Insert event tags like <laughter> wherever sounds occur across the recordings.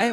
哎，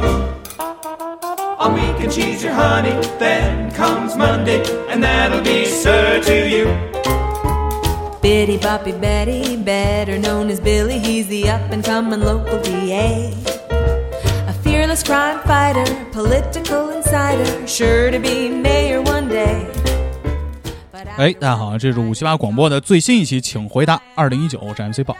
boo. A week and cheese your honey, then comes Monday, and that'll be sir to you. Bitty Boppy Betty, better known as Billy, he's the up and coming local DA. A fearless crime fighter, political insider, sure to be mayor one day. But 哎，大家好，这是五七八广播的最新一期，请回答二零一九，我是 MC 豹。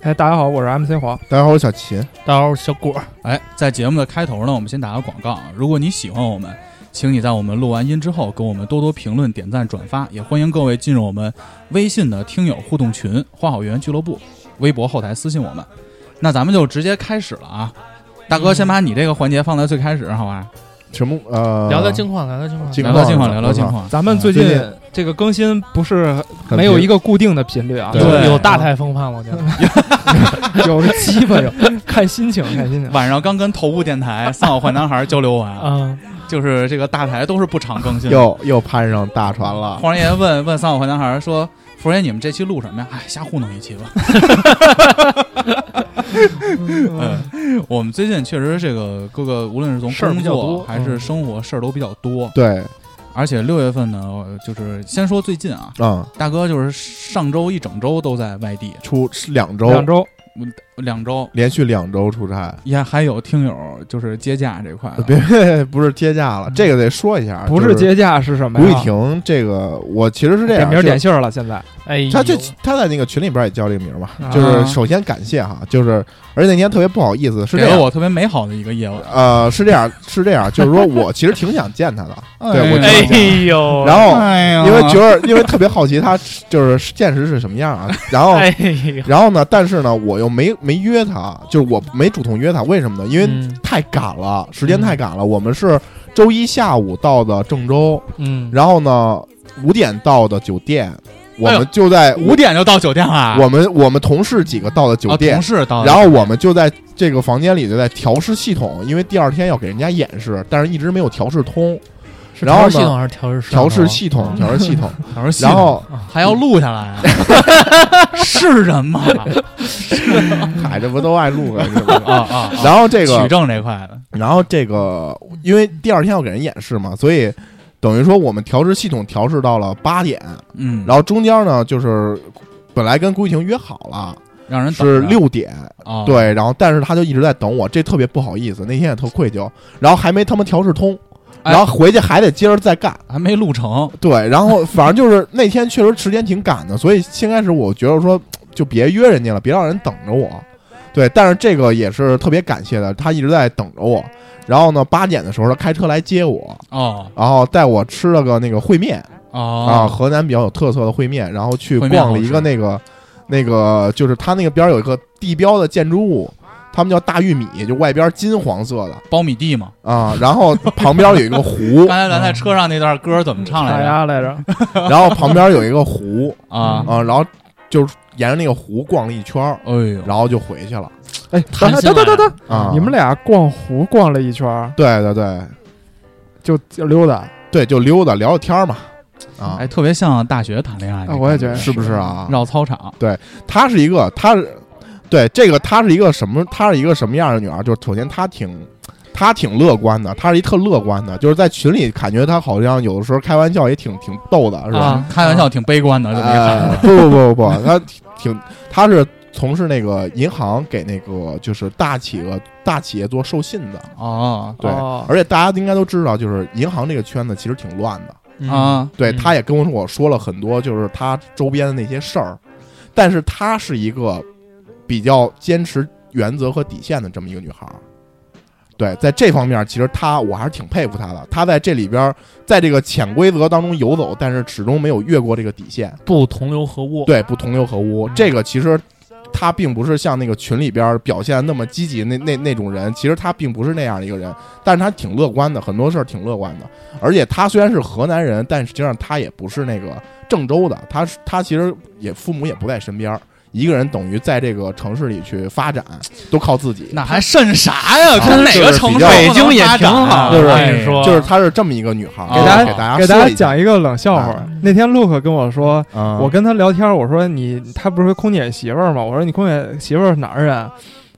哎，大家好，我是 MC 黄。大家好，我是小秦。大家好，我是小果。啊哎，在节目的开头呢，我们先打个广告啊。如果你喜欢我们，请你在我们录完音之后给我们多多评论、点赞、转发，也欢迎各位进入我们微信的听友互动群“花好园俱乐部”，微博后台私信我们。那咱们就直接开始了啊，大哥，先把你这个环节放在最开始，好吧？什么呃，聊聊近况，聊聊近况。近聊况聊近况，聊聊近况。嗯咱们最最近近这个更新不是很没有一个固定的频率啊，对有有大太风范，我觉 <laughs> 得。有的鸡巴有，看心情，看心情。晚上刚跟头部电 <laughs> 台《丧偶坏男孩》交流完，嗯，就是这个大台都是不常更新的。又又攀上大船了。黄爷问问三好坏男孩说：“福爷，你们这期录什么呀？”哎，瞎糊弄一期吧。 <laughs> 嗯，我们最近确实这个各个，无论是从事儿工比较作多还是生活，事儿都比较多。对，而且六月份呢，就是先说最近啊，嗯，大哥就是上周一整周都在外地，出是两周，两周，两周连续两周出差。也还有听友就是接驾这块的，啊别， <laughs> 不是接驾了，这个得说一下，不就是接驾是什么吴呀？雨婷。这个我其实是这点样，名就点姓了，现在 <laughs> 哎呦，他这他在那个群里边也叫这个名儿嘛，啊就是首先感谢哈，就是而且那天特别不好意思，是给这了样。我特别美好的一个夜晚。呃，是这样，是这样，就是说我其实挺想见他的，对我挺哎想见呦，他。 <laughs> 然后哎呀因为觉得因为特别好奇他就是现实是什么样啊，然后哎 <laughs> 呦，然后呢，但是呢，我又没没约他，就是我没主动约他，为什么呢？因为嗯太赶了，时间太赶了。我们是周一下午到的郑州，嗯，然后呢五点到的酒店，我哎呦们就在五点就到酒店了，我们我们同事几个到的酒啊店同，事到了，然后我们就在这个房间里就在调试系统，因为第二天要给人家演示，但是一直没有调试通，是然后调呢试系统还是调试调试系统，调试 <laughs> 系统，他说系然统后还要录下来、啊，啊 <laughs> 是人吗？嗨，哎这不都爱录个是 <laughs> 不是啊啊！然后这个取证这块的，然后这个因为第二天要给人演示嘛，所以等于说我们调试系统调试到了八点，嗯，然后中间呢就是本来跟顾雨婷约好了让人等着是六点，啊，对，然后但是他就一直在等我，这特别不好意思，那天也特愧疚，然后还没他妈调试通，哎然后回去还得接着再干。还没录成，对，然后反正就是那天确实时间挺赶的，所以先开始我觉得说就别约人家了，别让人等着我。对，但是这个也是特别感谢的，他一直在等着我。然后呢，八点的时候他开车来接我，哦然后带我吃了个那个烩面啊，哦河南比较有特色的烩面，然后去烩面好逛了一吃个那个那个就是他那个边儿有一个地标的建筑物，他们叫大玉米，就外边金黄色的苞米地嘛。啊，然后旁边有一 <laughs> 个湖刚，才咱在车上那段歌怎么啊唱来大嗯着？家来 <laughs> 哎着，然后旁边有一个湖，啊，啊，然后就是沿着那个湖逛了一圈儿，哎呦，然后就回去了哎，等谈等心等来着等等等，啊。你们俩逛湖逛了一圈儿，对对对就就溜达，对，就溜达聊聊天儿嘛啊哎，，特别像大学谈恋爱那啊感，我也觉得是不是啊？绕操场她是一个，她是对这个，她是一个什么？她是一个什么样的女孩？就是首先她挺。她挺乐观的，她是一特乐观的，就是在群里感觉她好像有的时候开玩笑也挺挺逗的，是吧？啊，开玩笑挺悲观的，这么一哎看，不不不不不，她挺，她是从事那个银行给那个就是大企业大企业做授信的，哦对，哦而且大家应该都知道，就是银行这个圈子其实挺乱的。啊，对，嗯他也跟我说了很多，就是他周边的那些事儿，但是她是一个比较坚持原则和底线的这么一个女孩儿。对，在这方面，其实她我还是挺佩服她的。她在这里边儿，在这个潜规则当中游走，但是始终没有越过这个底线。不同流合污。对，不同流合污，这个其实他并不是像那个群里边表现那么积极那那那种人，其实他并不是那样的一个人，但是他挺乐观的，很多事儿挺乐观的。而且他虽然是河南人，但实际上他也不是那个郑州的，他是他其实也父母也不在身边儿，一个人等于在这个城市里去发展，都靠自己。那还剩啥呀？啊跟哪就个是城比市较不能北京也发展挺啊好的就是哎说就是她是这么一个女孩儿，给大家给大家哎给大说家哎一讲一个冷笑话啊。那天 Luke 跟我说，下啊我跟他聊天，我说你，他不是空姐媳妇儿吗？我说你空姐媳妇儿是哪儿人啊？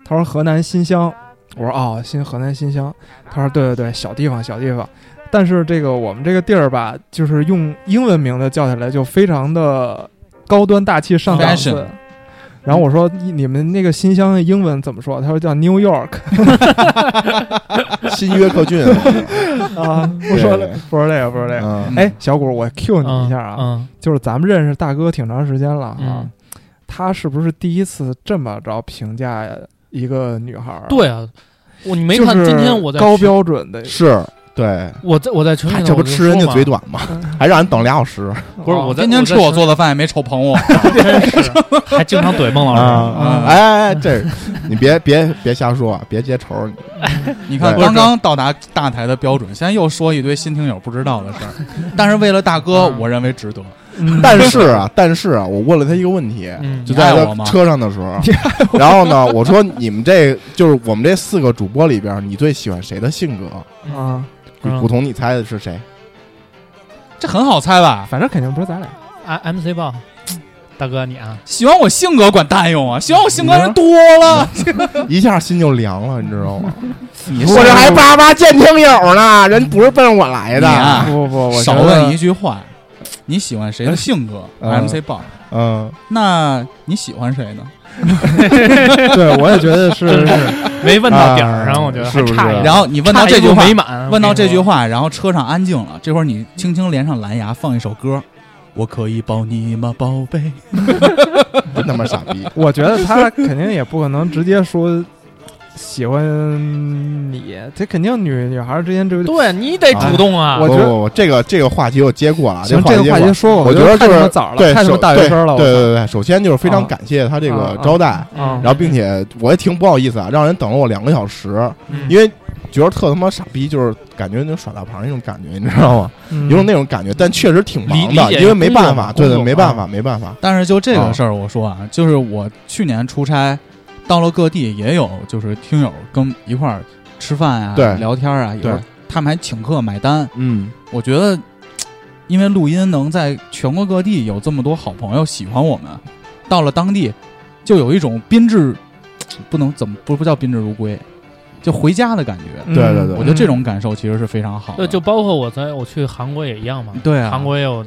他说河南新乡。我说哦，新河南新乡。他说对对对，小地方小地方。但是这个我们这个地儿吧，就是用英文名字叫起来就非常的高端大气上档 Fashion 次。然后我说你你们那个新乡的英文怎么说？他说叫 New York 新约克 <laughs> 郡，啊。不说了对，不说这个，不说这个。嗯，哎，小谷，我 Q 你一下啊。嗯，就是咱们认识大哥挺长时间了啊，嗯他是不是第一次这么着评价一个女孩儿？嗯，对啊，我你没就是看今天我在高群，标准的，是对，我在我在群里哎呢，这不我就吃人家说嘛嘴，短吗？还让人等俩小时不是我在天天吃我做的，的饭也没瞅捧我，还经常怼孟老师。啊！哎哎，哎这你别别别瞎说，啊，别接仇儿，你看对刚刚到达大台的标准，现在又说一堆新听友不知道的事儿，但是为了大哥，嗯我认为值得。但是啊，但是啊，我问了他一个问题，嗯就你在爱我他吗车上的时候，然后呢，我说你们这就是我们这四个主播里边，你最喜欢谁的性格？啊，古潼，你猜的是谁？这很好猜吧？反正肯定不是 <laughs> 咱俩。啊，M MC 报，大哥你啊，喜欢我性格管蛋用啊，喜欢我性格人多了。一下心就凉了，你知道吗？你我嗯这还叭叭见听友呢，人不是奔我来你的。啊不不不，我少觉得问一句话，你喜欢谁的性格嗯？MC 棒，嗯，那你喜欢谁呢？对，我也觉得是真是没问到点啊儿上，我觉得是不是还差一点然后你问到这句差一步话没，满，问到这句我话，然后车上安静了，这会儿你轻轻连上蓝牙，放一首歌。我可以抱你吗，宝贝？真他妈傻逼！我觉得他肯定也不可能直接说喜欢你，这肯定女女孩儿之间这跟你说，对你得主动啊我，觉得我这个这个话题我接过了，行，这这个个话话接题过说过，我觉觉得太就他是妈早了，对，太他首妈大对学生了，对我对对，首先就是非常感谢他这啊个啊招待，操啊嗯然后并且我也挺不好意思啊，让人等了我两个小时，因为觉得特他妈傻逼，就是感觉那种耍大牌那种感觉，你知道吗？嗯有种那种感觉，但确实挺忙理理的，解因为没办法，对工作嘛对，工作没办法，没办法。但是就这个事儿，我说啊，就是我去年出差，到了各地也有，就是听友跟一块儿吃饭啊，对聊天啊，有时候对他们还请客买单。嗯，我觉得，因为录音能在全国各地有这么多好朋友喜欢我们，到了当地就有一种宾至，不能怎么不不叫宾至如归，就回家的感觉。嗯对对对我觉得这种感受其实是非常好的。对，就包括我在我去韩国也一样嘛，对啊，韩国也有，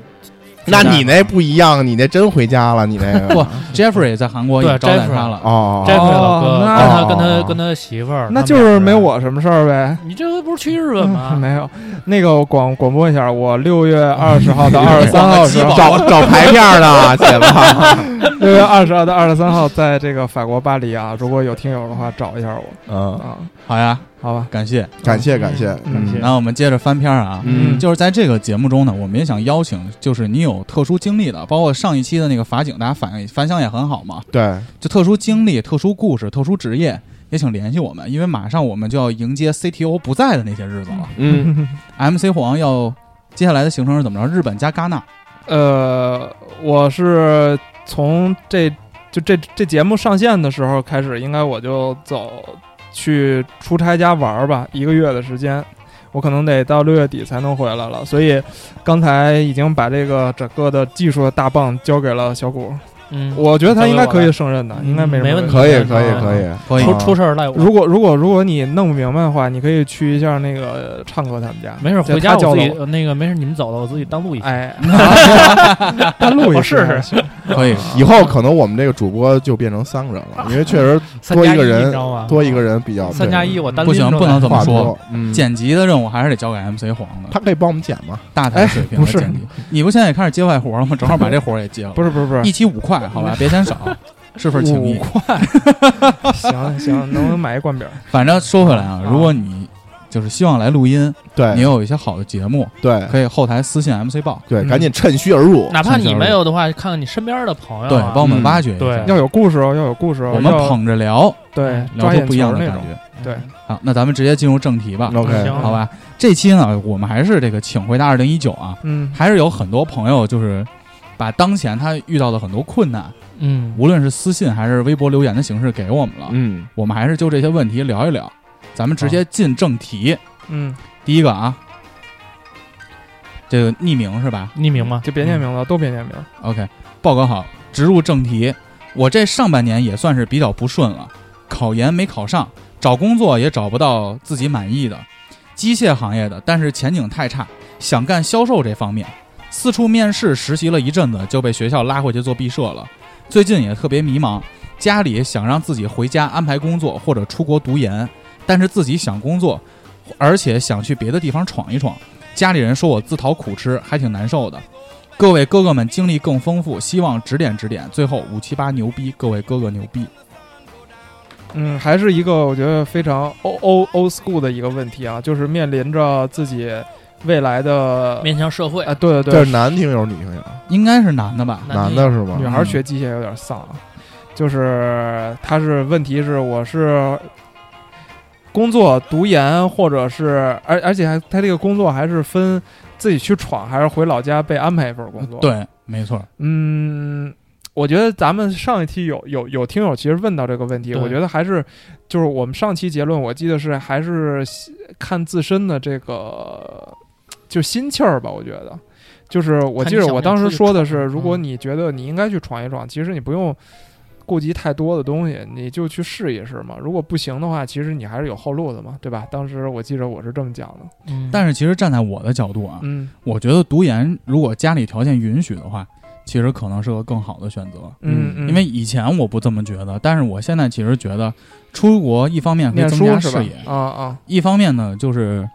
那你那不一样，你那真回家了，你那个不 Jeffrey 在韩国也对招待 Jeffrey 他了。哦， Jeffrey 老哥哦跟那他跟他跟他媳妇儿，那他们就俩是人没。我什么事儿呗。你这不是去日本嗯吗？ <laughs> 没有，那个我广广播一下，我 <laughs> 六月二十号到二十三号时候，找找牌面呢，姐吧。六月二十号到二十三号在这个法国巴黎啊，如果有听友的话找一下我嗯，啊，好呀，好吧，感谢。感谢感谢，嗯嗯感谢那我们接着翻篇儿啊。嗯就是在这个节目中呢，我们也想邀请，就是你有特殊经历的，包括上一期的那个法警，大家反反响也很好嘛。对，就特殊经历、特殊故事、特殊职业，也请联系我们，因为马上我们就要迎接 CTO 不在的那些日子了。嗯， MC 火王要接下来的行程是怎么着？日本加戛纳，呃，我是从这就这这节目上线的时候开始，应该我就走去出差家玩儿吧，一个月的时间，我可能得到六月底才能回来了，所以刚才已经把这个整个的技术的大棒交给了小谷，嗯，我觉得他应该可交给我以了胜任的，应该没什么嗯没问题可以可以可以，啊可以出出事儿赖我。如果如果如果你弄不明白的话，你可以去一下那个呃唱歌他们家，没事，就他回家教我自的己呃那个没事，你们走了，我自己单录一期。 <laughs> 哎， <laughs> 单录一我次啊试试，可以。以后可能我们这个主播就变成三个人了，因为确实三多加一个人你知道吗？嗯多一个人比较三加一，我单不行拎着不能这呢么话说多，嗯，剪辑的任务还是得交给 MC 火王的，他可以帮我们剪吗？大台水平哎不的是剪辑。你不现在也开始接外活了吗？正好把这活儿也接了。不是不是不是一，期五块，好 <laughs> 吧，别嫌少，是不是情谊？ <laughs> 块，行行，能不能买一罐饼儿？啊反正说回来啊，如果你就是希望来录音，哎你对有一些好的节目，对可以后台私信 MC 报，对，嗯赶紧趁虚而入。哪怕你没有的话，看看你身边的朋友啊，对，帮我们挖掘一对下，要有故事哦，要有故事哦。我们嗯要捧着聊，对聊抓出眼不一样球的那感种，觉。嗯对，嗯好，那咱们直接进入正题吧， OK，嗯行好吧？这期呢，我们还是这个请回答二零一九啊，嗯，还是有很多朋友就是把当前他遇到的很多困难，嗯，无论是私信还是微博留言的形式给我们了，嗯，我们还是就这些问题聊一聊，咱们直接进正题。嗯，第一个啊，这个匿名是吧匿名嘛，就别念名了，都别念名。 ？OK，报告好，直入正题。我这上半年也算是比较不顺了，考研没考上，找工作也找不到自己满意的，机械行业的，但是前景太差，想干销售这方面。四处面试实习了一阵子，就被学校拉回去做毕设了。最近也特别迷茫，家里想让自己回家安排工作或者出国读研，但是自己想工作，而且想去别的地方闯一闯。家里人说我自讨苦吃，还挺难受的。各位哥哥们经历更丰富，希望指点指点。最后五七八牛逼，各位哥哥牛逼。嗯，还是一个我觉得非常 o o old school 的一个问题啊，就是面临着自己未来的面向社 <laughs> 会啊，，对对这对是，男听友女听友？应该是男的吧？男的是吗嗯女？孩儿学机械有点丧啊，就是他是问题是我是工作读研，或者是而而且还他这个工作还是分自己去闯，还是回老家被安排一份工作。，对，没错。嗯。我觉得咱们上一期有有有听友其实问到这个问题，对我觉得还是就是我们上期结论，我记得是还是看自身的这个就心气儿吧，我觉得。就是我看记你得想我不当想时出去说的闯是，如果嗯你觉得你应该去闯一闯，其实你不用顾及太多的东西，你就去试一试嘛。如果不行的话，其实你还是有后路的嘛，对吧？当时我记着我是这么讲的。嗯但是其实站在我的角度啊，嗯我觉得读研如果家里条件允许的话，其实可能是个更好的选择。嗯嗯，因为以前我不这么觉得，但是我现在其实觉得，出国一方面可以念增加书是吧视野，？啊啊，一方面呢就是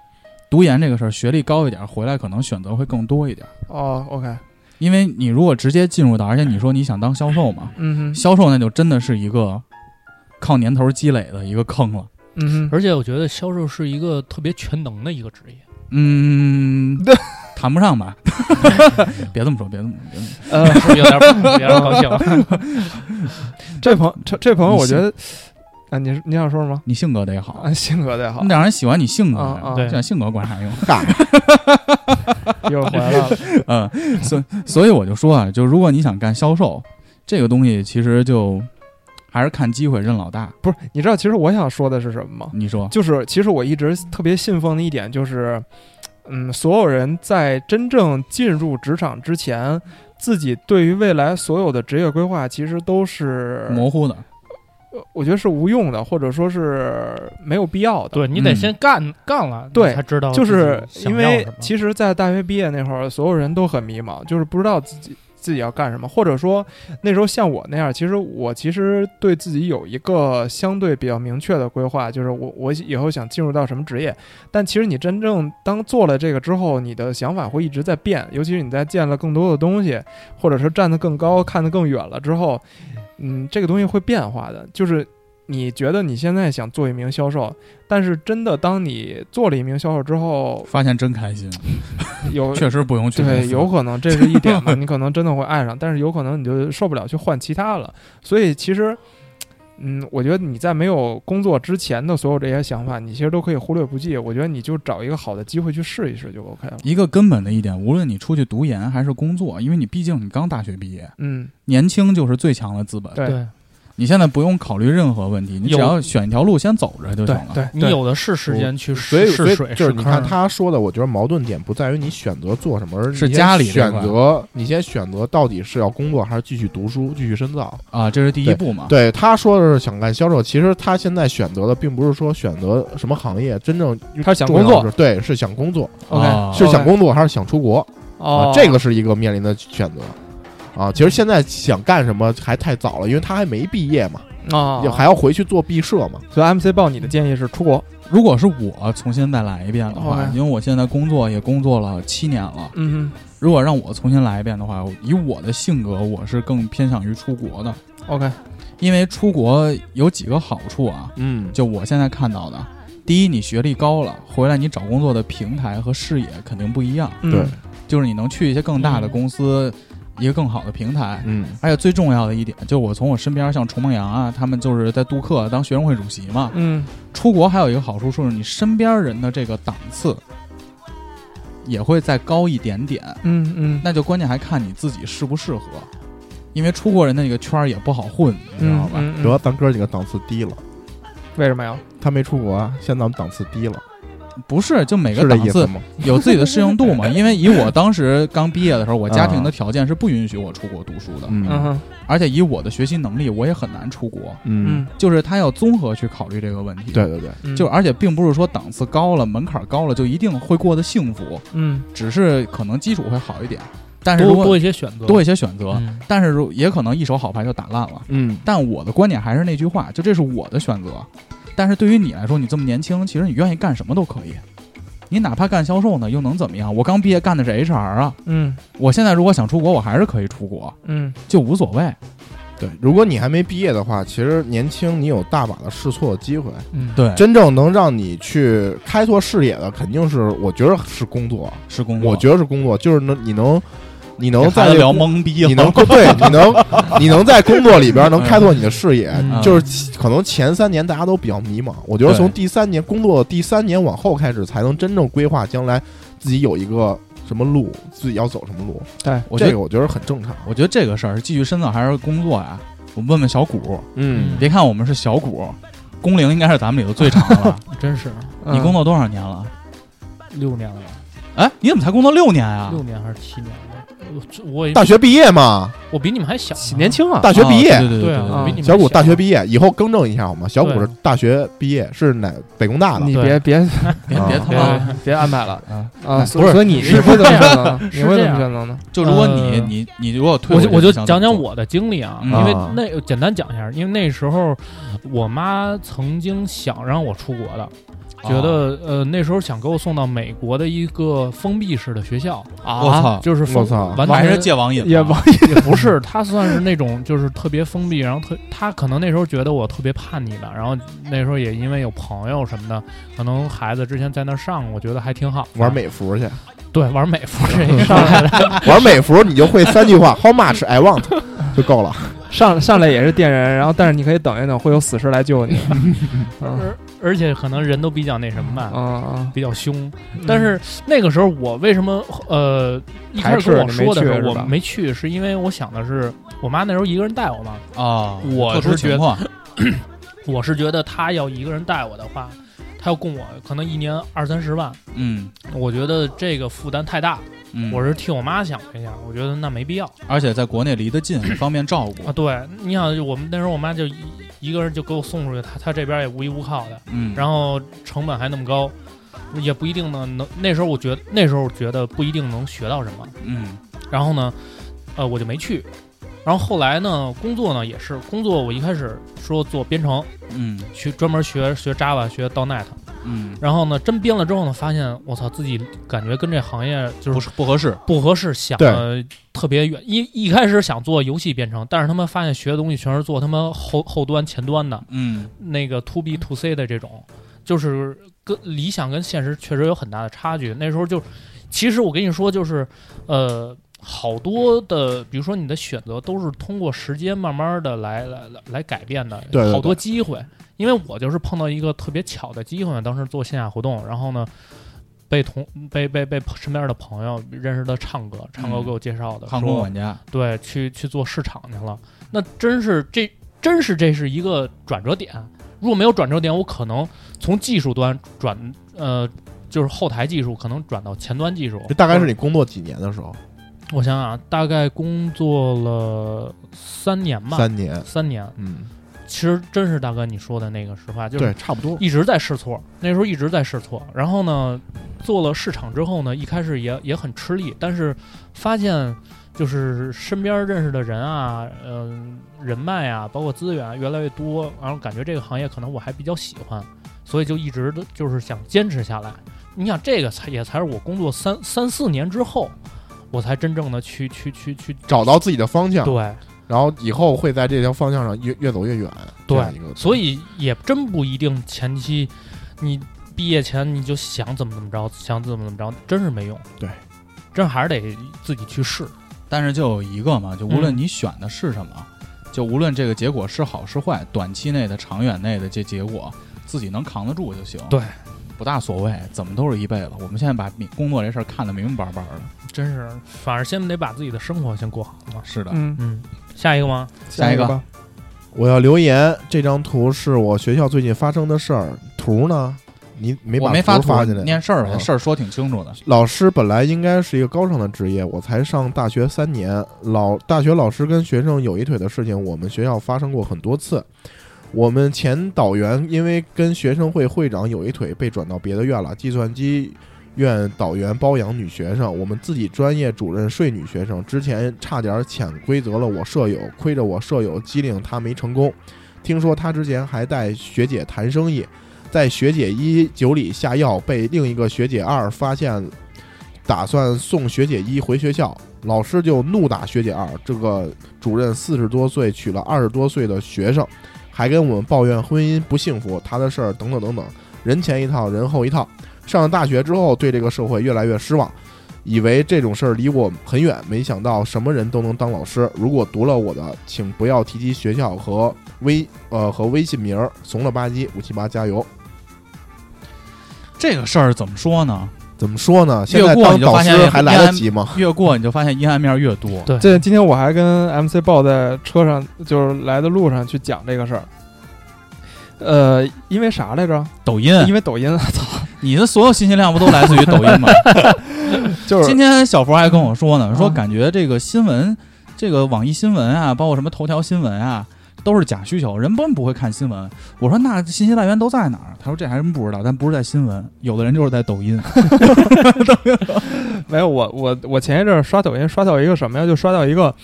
读研这个事儿，学历高一点，回来可能选择会更多一点。哦，OK，因为你如果直接进入到，而且你说你想当销售嘛，嗯哼，销售那就真的是一个靠年头积累的一个坑了。嗯哼，而且我觉得销售是一个特别全能的一个职业，嗯，谈不 <laughs> 上吧？别这么说，别这么说，别这么说。呃， <laughs> 是不是有点有点高兴了？这朋这这朋友，你哦我觉性得啊，你是你想说什么？你性格得好，啊，性格得好 <laughs> 你，得让人喜欢你性格啊啊呀，对这性格管 <laughs> 啥用？又回来了。 <laughs> 嗯，所以所以我就说啊，就如果你想干销售这个东西，其实就还是看机会认老大。不是，你知道其实我想说的是什么吗？你说，就是其实我一直特别信奉的一点就是，嗯，所有人在真正进入职场之前，自己对于未来所有的职业规划其实都是，模糊的，呃我觉得是无用的，或者说是没有必要的。对你得嗯先干干了，对你才知道就自己是想因要为什么其实，在大学毕业那会儿，所有人都很迷茫，就是不知道自己自己要干什么，或者说那时候像我那样，其实我其实对自己有一个相对比较明确的规划，就是我我以后想进入到什么职业。但其实你真正当做了这个之后，你的想法会一直在变，尤其是你在见了更多的东西，或者是站得更高、看得更远了之后，嗯，这个东西会变化的，就是。你觉得你现在想做一名销售，但是真的当你做了一名销售之后， <laughs> 发现真开心，有确实不用去公司。对，有可能这是一点嘛，你可能真的会爱上，但是有可能你就受不了去换其他了。所以其实，嗯，我觉得你在没有工作之前的所有这些想法，你其实都可以忽略不计。我觉得你就找一个好的机会去试一试就 OK 了。一个根本的一点，无论你出去读研还是工作，因为你毕竟你刚大学毕业，嗯，年轻就是最强的资本。对对你现在不用考虑任何问题，你只有要选一条路先走着就行对了。对，你有的是时间去所以试所试以水，就是试你坑看他说的，我觉得矛盾点不在于你选择做什么，而你是先家里这选块择，你先选择到底是要工作还是继续读书、继续深造。啊，这是第一步嘛。对他说的是想干销售，其实他现在选择的并不是说选择什么行业，真正他想重工要的作是对是想工作，啊 OK，是想工作还是想出国哦啊？，这个是一个面临的选择。啊，其实现在想干什么还太早了，因为他还没毕业嘛，啊就还要回去做毕设嘛。所以 MC 报你的建议是出国。如果是我重新再来一遍的话， OK 因为我现在工作也工作了七年了，嗯如果让我重新来一遍的话，以我的性格，我是更偏向于出国的， ，OK，因为出国有几个好处啊，嗯，就我现在看到的。第一，你学历高了，回来你找工作的平台和视野肯定不一样，嗯对就是你能去一些更大的公司，一个更好的平台。嗯而且最重要的一点，就我从我身边像崇梦阳啊，他们就是在杜克当学生会主席嘛。嗯出国还有一个好处，就是你身边人的这个档次也会再高一点点。嗯嗯那就关键还看你自己适不适合，因为出国人的那个圈儿也不好混，你知道嗯吧？嗯，得咱哥几个档次低了，为什么呀？他没出国啊，现在我们档次低了，嗯不是，就每个是这档意思次吗？有自己的适应度嘛。因为以我当时刚毕业的时候，我家庭的条件是不允许我出国读书的，嗯啊嗯哼而且以我的学习能力，我也很难出国。嗯，嗯就是他要综合去考虑这个问题。对。对对，嗯，就而且并不是说档次高了、门槛高了就一定会过得幸福，嗯只是可能基础会好一点。但是如多多果一些选择，多一些选择，嗯但是如也可能一手好牌就打烂了。嗯但我的观点还是那句话，就这是我的选择。但是对于你来说，你这么年轻，其实你愿意干什么都可以。你哪怕干销售呢，又能怎么样？我刚毕业干的是 HR 啊，嗯我现在如果想出国，我还是可以出国，嗯就无所谓。对，如果你还没毕业的话，其实年轻你有大把的试错的机会，嗯，对，真正能让你去开拓视野的，肯定是我觉得是工作，啊是工作。我觉得是工作，就是能你能你能给孩在子这聊工懵逼了，你能对 <laughs> 你能你能在工作里边能开拓你的视野，嗯就是其可能前三年大家都比较迷茫，我觉得对从第三年工作第三年往后开始，才能真正规划将来自己有一个什么路，自己要走什么路。我觉得这个我觉得很正常。我觉得这个事儿是继续深造还是工作呀？我问问小谷，嗯别看我们是小谷，工龄应该是咱们里头最长的 <laughs> 了。真是嗯，你工作多少年了？六年了吧，哎，你怎么才工作六年啊？六年还是七年了？我这我也大学毕业嘛，我比你们还小呢，年轻啊？大学毕业，啊对对对啊，对我比你们小谷还大学毕业以后更正一下好吗？小谷对是大学毕业，是哪北工大的？你别别别啊别他别妈别安排了啊！啊！哎所以不是所以你是你会怎么这选样择 <laughs> 呢？你是会这怎么样选择呢？就如果你呃你你如果退我伍就就，我就就想讲怎讲么做我的经历啊，嗯因为啊那简单讲一下，因为那时候我妈曾经想让我出国的，觉得呃那时候想给我送到美国的一个封闭式的学校，啊我操，就是封我操完还全是戒网瘾吧，也不也不是，她算是那种就是特别封闭，然后特她可能那时候觉得我特别叛逆的，然后那时候也因为有朋友什么的，可能孩子之前在那儿上，我觉得还挺好，玩美服去，对玩美服这一上来 <laughs> 的，玩美服你就会三句话 <laughs> ，How much I want 就够了。上上来也是电人，然后但是你可以等一等，会有死尸来救 <laughs> 你。嗯而而且可能人都比较那什么吧，啊啊！比较凶，但是那个时候我为什么呃一排开斥始跟我你没说的时去候是我吧没去，是因为我想的是我妈那时候一个人带我嘛，啊，我特殊是觉情得况，我是觉得她要一个人带我的话，她要供我可能一年二三十万，嗯我觉得这个负担太大，嗯，我是替我妈想了一下，我觉得那没必要而且在国内离得 <clears throat> 近，也方便照啊。顾，对，你想我们那时候我妈就一一个人就给我送出去，她她这边也无依无靠的，嗯，然后成本还那么高，也不一定能能。那时候我觉得那时候我觉得不一定能学到什么。嗯然后呢，呃，我就没去。然后后来呢，工作呢也是工作，我一开始说做编程，嗯去专门学学 Java，学 .NET。嗯，然后呢，真编了之后呢，发现我操，自己感觉跟这行业就不是是不合适，不合适，想的特别远。一一开始想做游戏编程，但是他们发现学的东西全是做他妈后后端、前端的嗯那个 to B to C 的这种，就是跟理想跟现实确实有很大的差距。那时候就，其实我跟你说，就是呃，好多的，比如说你的选择都是通过时间慢慢的来来来来改变的，对对好多对机会。因为我就是碰到一个特别巧的机会，当时做线下活动，然后呢。被同被被被身边的朋友认识的唱哥，唱哥嗯给我介绍的，航说空管家，对，去去做市场去了。那真是这，真是这是一个转折点。如果没有转折点，我可能从技术端转，呃，就是后台技术，可能转到前端技术。这大概是你工作几年的时候？我想想啊，大概工作了三年吧，三年。三年。嗯，其实真是大哥你说的那个实话，就是对，差不多。一直在试错，那时候一直在试错。然后呢，做了市场之后呢，一开始也也很吃力，但是发现就是身边认识的人啊，嗯、人脉啊，包括资源啊越来越多，然后感觉这个行业可能我还比较喜欢，所以就一直都就是想坚持下来。你想，这个才也才是我工作三三四年之后，我才真正的去去去去找到自己的方向，对然后以后会在这条嗯方向上越越走越远。这样一个所以也真不一定前期你毕业前你就想怎么怎么着，想怎么怎么着，真是没用。对，真还是得自己去试。但是就有一个嘛，就无论你选的是什么，就无论这个结果是好是坏，短期内的、长远内的这结果，自己能扛得住就行。对，不大所谓，怎么都是一辈子。我们现在把你工作这事儿看得明明白白的。真是，反正先得把自己的生活先过好嘛。是的，嗯，嗯，下一个吗？下一个吧，我要留言，这张图是我学校最近发生的事儿，图呢？你没我把没图图发进来，念事儿吧，嗯事儿说挺清楚的。老师本来应该是一个高尚的职业，我才上大学三年，老大学老师跟学生有一腿的事情，我们学校发生过很多次。我们前导员因为跟学生会会长有一腿，被转到别的院了，计算机院导员包养女学生，我们自己专业主任睡女学生，之前差点潜规则了我舍友，亏着我舍友机灵，他没成功。听说他之前还带学姐谈生意，在学姐一酒里下药，被另一个学姐二发现，打算送学姐一回学校，老师就怒打学姐二。这个主任四十多岁，娶了二十多岁的学生，还跟我们抱怨婚姻不幸福，他的事儿等等等等，人前一套，人后一套。上了大学之后，对这个社会越来越失望。以为这种事儿离我很远，没想到什么人都能当老师。如果读了我的，请不要提及学校和微呃和微信名儿，怂了吧唧，五七八加油。这个事儿怎么说呢？怎么说呢？现在越过当你就导发现师还来得及吗？越过你就发现阴暗面越多。对这今天我还跟 MC 豹在车上，就是来的路上去讲这个事儿。呃，因为啥来着？抖音，因为抖音，啊你的所有信息量不都来自于抖音吗？就是今天小佛还跟我说呢，说啊感觉这个新闻，这个网易新闻啊，包括什么头条新闻啊，都是假需求，人本不会看新闻。我说那信息来源都在哪儿？他说这还真不知道，但不是在新闻，有的人就是在抖音。 <laughs> 没有我我我前一阵儿刷抖音刷到一个什么呀？就刷到一个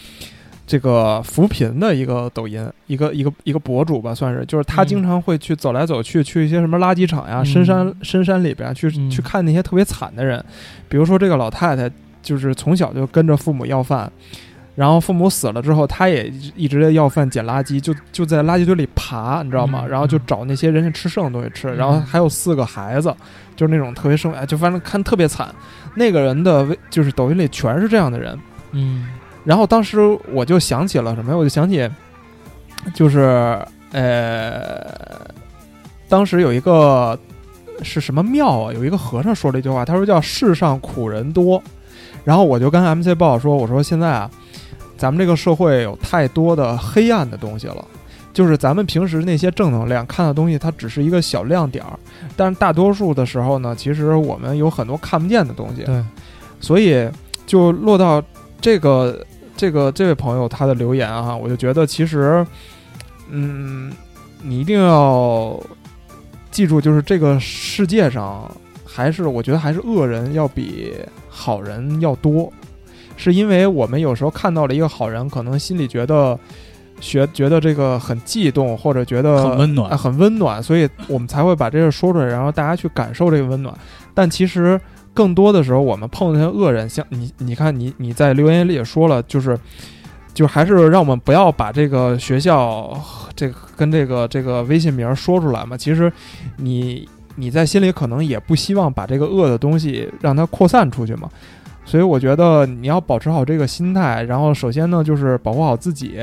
这个扶贫的一个抖音，一个一个一个博主吧，算是，就是他嗯经常会去走来走去，去一些什么垃圾场呀、嗯深山深山里边儿去、嗯去看那些特别惨的人，比如说这个老太太，就是从小就跟着父母要饭。然后父母死了之后，她也一直在要饭捡垃圾，就就在垃圾堆里爬，你知道吗？嗯然后就找那些人家吃剩的东西吃。嗯然后还有四个孩子，就是那种特别生，哎，就反正看特别惨。那个人的微就是抖音里全是这样的人。嗯然后当时我就想起了什么呀？我就想起，就是呃，当时有一个是什么庙啊？有一个和尚说了一句话，他说叫“世上苦人多”。然后我就跟 MC 报说：“我说现在啊，咱们这个社会有太多的黑暗的东西了。”就是咱们平时那些正能量看的东西，它只是一个小亮点儿，但是大多数的时候呢，其实我们有很多看不见的东西。对，所以就落到这个这个这位朋友他的留言啊，我就觉得其实，嗯，你一定要记住，就是这个世界上还是我觉得还是恶人要比好人要多，是因为我们有时候看到了一个好人，可能心里觉得。学觉得这个很悸动，或者觉得很温暖啊很温暖，所以我们才会把这个说出来，然后大家去感受这个温暖。但其实更多的时候，我们碰见恶人，像你，你看你你在留言里也说了，就是就还是让我们不要把这个学校这个跟这个这个微信名儿说出来嘛。其实你你在心里可能也不希望把这个恶的东西让它扩散出去嘛。所以我觉得你要保持好这个心态，然后首先呢就是保护好自己，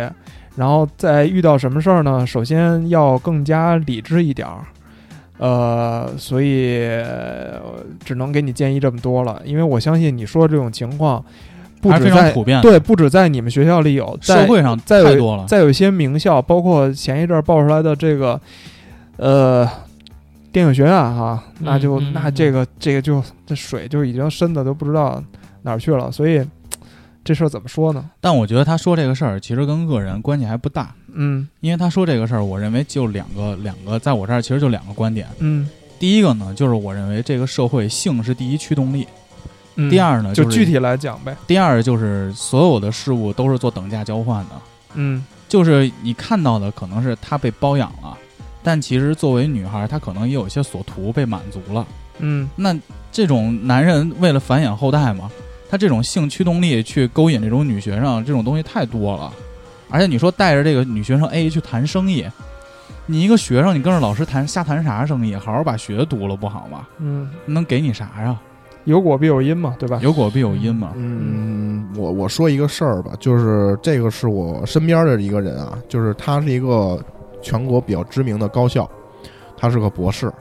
然后在遇到什么事儿呢，首先要更加理智一点儿。呃，所以呃只能给你建议这么多了，因为我相信你说这种情况，不还是止非常在普遍的对，不止在你们学校里有，在社会上再有太多了，再有一些名校，包括前一阵儿爆出来的这个，呃，电影学院啊哈，嗯那就、嗯那嗯这个这个就这水就已经深的都不知道哪儿去了，所以这事儿怎么说呢？但我觉得他说这个事儿其实跟恶人关系还不大，嗯因为他说这个事儿，我认为就两个两个，在我这儿其实就两个观点。嗯，第一个呢，就是我认为这个社会性是第一驱动力；嗯第二呢，就是具体来讲呗，第二就是所有的事物都是做等价交换的。嗯就是你看到的可能是她被包养了，但其实作为女孩，她可能也有一些所图被满足了。嗯那这种男人为了繁衍后代嘛，他这种性驱动力去勾引这种女学生，这种东西太多了。而且你说带着这个女学生 A 去谈生意，你一个学生，你跟着老师谈瞎谈啥生意？好好把学读了不好吗？嗯，能给你啥呀？有果必有因嘛，对吧？有果必有因嘛。嗯，我我说一个事儿吧，就是这个是我身边的一个人啊，就是他是一个全国比较知名的高校，他是个博士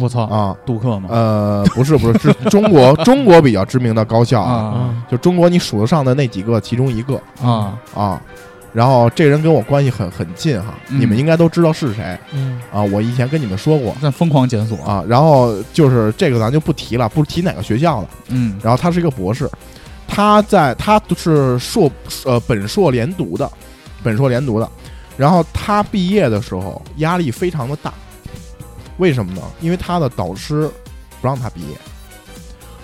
我操，啊，杜克嘛呃，不是不是，是中国中国比较知名的高校啊，啊就中国你数得上的那几个其中一个啊！啊。然后这人跟我关系很很近哈，嗯你们应该都知道是谁嗯啊，我以前跟你们说过在疯狂检索，啊。然后就是这个咱就不提了，不提哪个学校了。嗯然后他是一个博士，他在他是硕呃本硕连读的，本硕连读的。然后他毕业的时候压力非常的大，为什么呢？因为他的导师不让他毕业，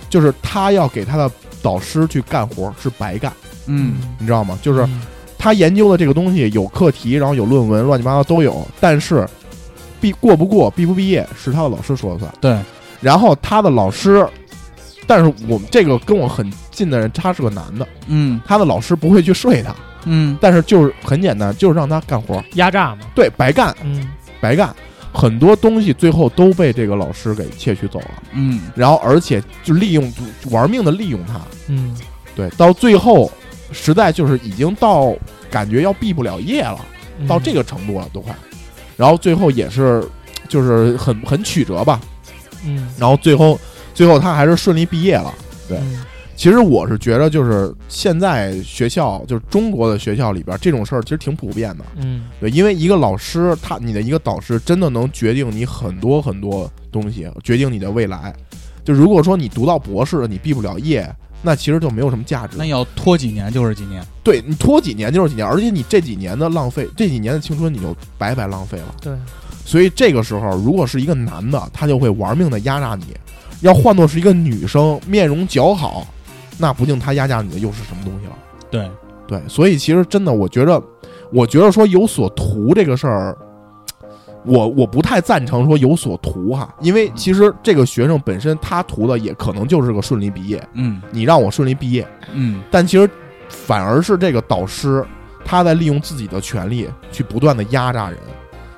就是他要给他的导师去干活是白干，嗯你知道吗？就是他研究的这个东西有课题，然后有论文，乱七八糟都有，但是毕过不过、毕不毕业是他的老师说了算。对，然后他的老师，但是我们这个跟我很近的人，他是个男的，嗯他的老师不会去睡他，嗯但是就是很简单，就是让他干活，压榨嘛，对，白干嗯白干，很多东西最后都被这个老师给窃取走了，嗯然后而且就利用玩命的利用他，嗯对，到最后实在就是已经到感觉要毕不了业了，嗯到这个程度了都快，然后最后也是就是很很曲折吧，嗯然后最后最后他还是顺利毕业了。对嗯其实我是觉得，就是现在学校，就是中国的学校里边，这种事儿其实挺普遍的。嗯对，因为一个老师，他你的一个导师，真的能决定你很多很多东西，决定你的未来。就如果说你读到博士了，你毕不了业，那其实就没有什么价值那。要拖几年就是几年，对你拖几年就是几年，而且你这几年的浪费，这几年的青春你就白白浪费了。对，所以这个时候，如果是一个男的，他就会玩命的压榨你；要换作是一个女生，面容姣好，那不定他压榨你的又是什么东西了。对，对，所以其实真的，我觉得，我觉得说有所图这个事儿，我我不太赞成说有所图哈，因为其实这个学生本身他图的也可能就是个顺利毕业，嗯你让我顺利毕业，嗯但其实反而是这个导师他在利用自己的权利去不断的压榨人。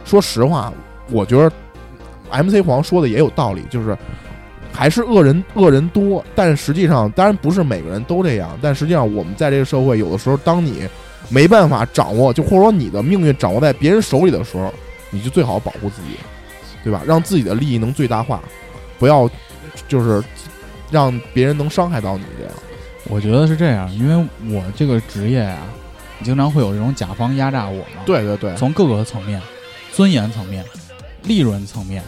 说实话，我觉得 MC 黄说的也有道理，就是还是恶人恶人多，但实际上当然不是每个人都这样，但实际上我们在这个社会有的时候，当你没办法掌握，就或者说你的命运掌握在别人手里的时候，你就最好保护自己，对吧？让自己的利益能最大化，不要就是让别人能伤害到你这样。我觉得是这样，因为我这个职业啊，经常会有这种甲方压榨我嘛。，对对对，从各个层面，尊严层面、利润层面，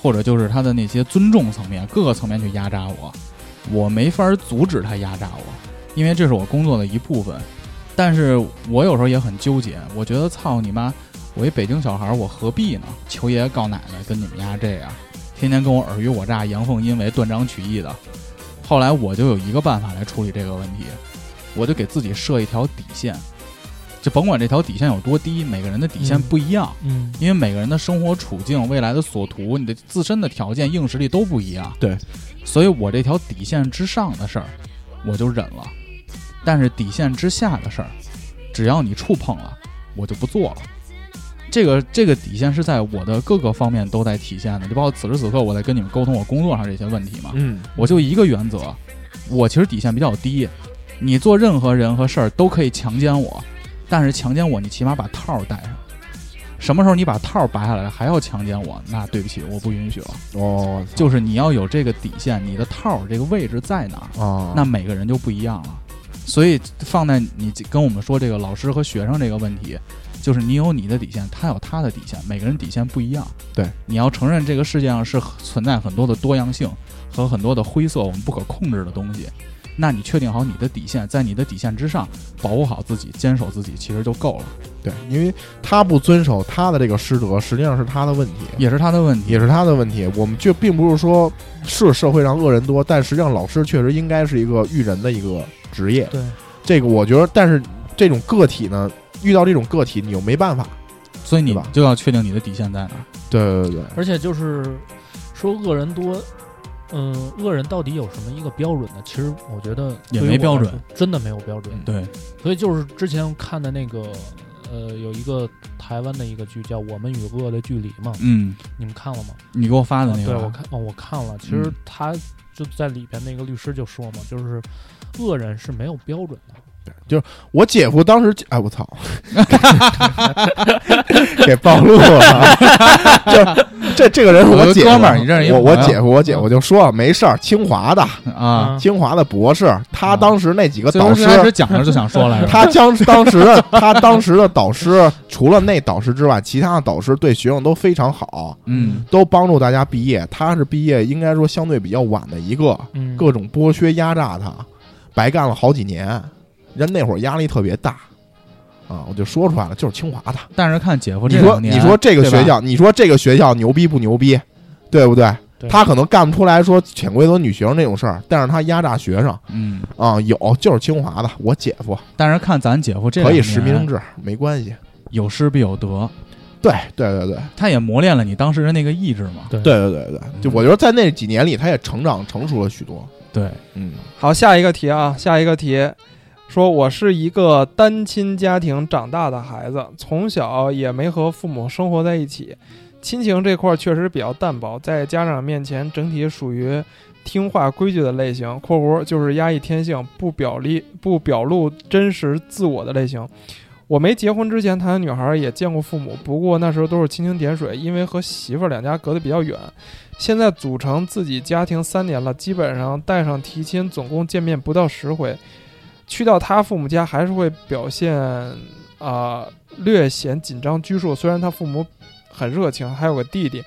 或者就是他的那些尊重层面，各个层面去压榨我，我没法阻止他压榨我，因为这是我工作的一部分。但是我有时候也很纠结，我觉得操你妈，我一北京小孩儿，我何必呢？求爷爷告奶奶，跟你们家这样，天天跟我尔虞我诈、阳奉阴违、断章取义的。后来我就有一个办法来处理这个问题，我就给自己设一条底线，就甭管这条底线有多低，每个人的底线嗯不一样，嗯因为每个人的生活处境、未来的所图、你的自身的条件、硬实力都不一样。对，所以我这条底线之上的事儿，我就忍了；但是底线之下的事儿，只要你触碰了，我就不做了。这个这个底线是在我的各个方面都在体现的，就包括此时此刻我在跟你们沟通我工作上这些问题嘛。嗯我就一个原则，我其实底线比较低，你做任何人和事儿都可以强奸我，但是强奸我你起码把套儿戴上。什么时候你把套儿拔下来了还要强奸我，那对不起，我不允许了。哦，就是你要有这个底线，你的套儿这个位置在哪儿，啊，那每个人就不一样了。所以放在你跟我们说这个老师和学生这个问题，就是你有你的底线，他有他的底线，每个人底线不一样。对，你要承认这个世界上是存在很多的多样性和很多的灰色我们不可控制的东西。那你确定好你的底线，在你的底线之上保护好自己，坚守自己，其实就够了，对，因为他不遵守他的这个师德，实际上是他的问题，也是他的问题。也是他的问题。我们就并不是说是社会上恶人多，但实际上老师确实应该是一个育人的一个职业。对，这个我觉得，但是这种个体呢，遇到这种个体，你又没办法。所以你对吧就要确定你的底线在哪儿。对对对，而且就是说恶人多，嗯、恶人到底有什么一个标准呢？其实我觉得也对于没我标来准说，真的没有标准。对，所以就是之前看的那个呃有一个台湾的一个剧叫《我们与恶的距离》嘛，嗯，你们看了吗？你给我发的那个对吧，我看哦，我看了。其实嗯他就在里边那个律师就说嘛，就是恶人是没有标准的。我姐夫当时，哎，我操， <laughs> 给暴露了。 <laughs> 就是这这个人是有我个姐夫，哥们儿你认识一我朋我友姐夫，我姐夫就说没事儿，清华的，啊，嗯清华的博士，他啊当时那几个最导后师，开始讲着就想说来着，他将 <laughs> 当时的他当时的导师，除了那导师之外，其他的导师对学生都非常好，嗯都帮助大家毕业。他是毕业应该说相对比较晚的一个，嗯，各种剥削压榨他，白干了好几年。人那会儿压力特别大，啊，我就说出来了，就是清华的。但是看姐夫你这说两年，你说这个啊对吧学，校，你说这个学校牛逼不牛逼，对不对？对他可能干不出来说潜规则女学生这种事儿，但是他压榨学生嗯，啊，有就是清华的，我姐夫但是看咱姐夫这可以两实年名制，没关系。有失必有得，对对对对他也磨练了你当时的那个意志嘛，对嗯对对对对，就我觉得在那几年里，他也成长成熟了许多。对，嗯，好，下一个题啊，下一个题，说我是一个单亲家庭长大的孩子，从小也没和父母生活在一起，亲情这块儿确实比较淡薄，在家长面前整体属于听话规矩的类型（括弧就是压抑天性，不表里不表露真实自我的类型）。我没结婚之前谈的女孩也见过父母，不过那时候都是蜻蜓点水，因为和媳妇儿两家隔得比较远。现在组成自己家庭三年了，基本上带上提亲，总共见面不到十回。去到他父母家，还是会表现啊、略显紧张拘束。虽然他父母很热情，还有个弟弟。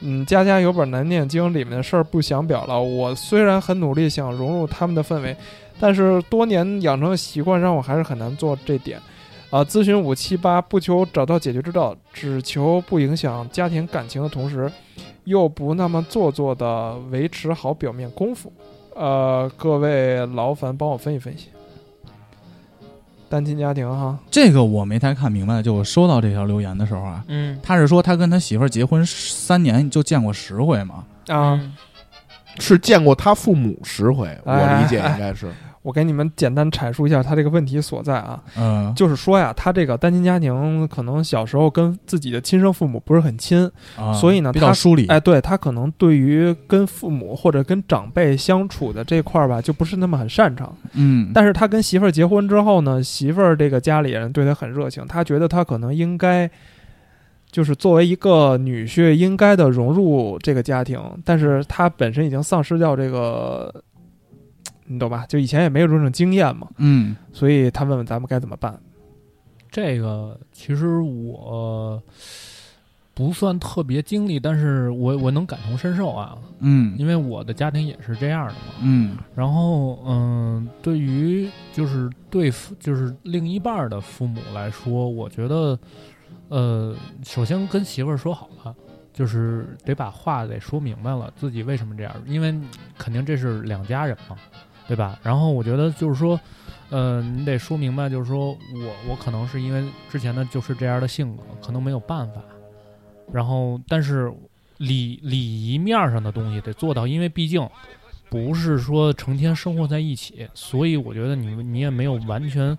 嗯，家家有本难念经，里面的事儿不想表了。我虽然很努力想融入他们的氛围，但是多年养成的习惯让我还是很难做这点。啊、咨询五七八，不求找到解决之道，只求不影响家庭感情的同时，又不那么做作的维持好表面功夫。呃，各位劳烦帮我分析分析。单亲家庭哈，这个我没太看明白，就我收到这条留言的时候啊，嗯他是说他跟他媳妇儿结婚三年就见过十回嘛，啊，是见过他父母十回，哎我理解应该是。我给你们简单阐述一下他这个问题所在啊，嗯，就是说呀，他这个单亲家庭可能小时候跟自己的亲生父母不是很亲，啊所以呢比较他疏离，哎，对他可能对于跟父母或者跟长辈相处的这块儿吧，就不是那么很擅长。嗯，但是他跟媳妇儿结婚之后呢，媳妇儿这个家里人对他很热情，他觉得他可能应该就是作为一个女婿应该的融入这个家庭，但是他本身已经丧失掉这个，你懂吧？就以前也没有这种经验嘛，嗯所以他问问咱们该怎么办。这个其实我不算特别经历，但是我我能感同身受啊，嗯因为我的家庭也是这样的嘛。嗯然后，嗯，对于就是对父就是另一半儿的父母来说，我觉得，呃，首先跟媳妇儿说好了，就是得把话得说明白了，自己为什么这样，因为肯定这是两家人嘛，对吧？然后我觉得就是说，呃，你得说明白，就是说我我可能是因为之前的就是这样的性格，可能没有办法，然后但是礼礼仪面儿上的东西得做到，因为毕竟。不是说成天生活在一起，所以我觉得你你也没有完全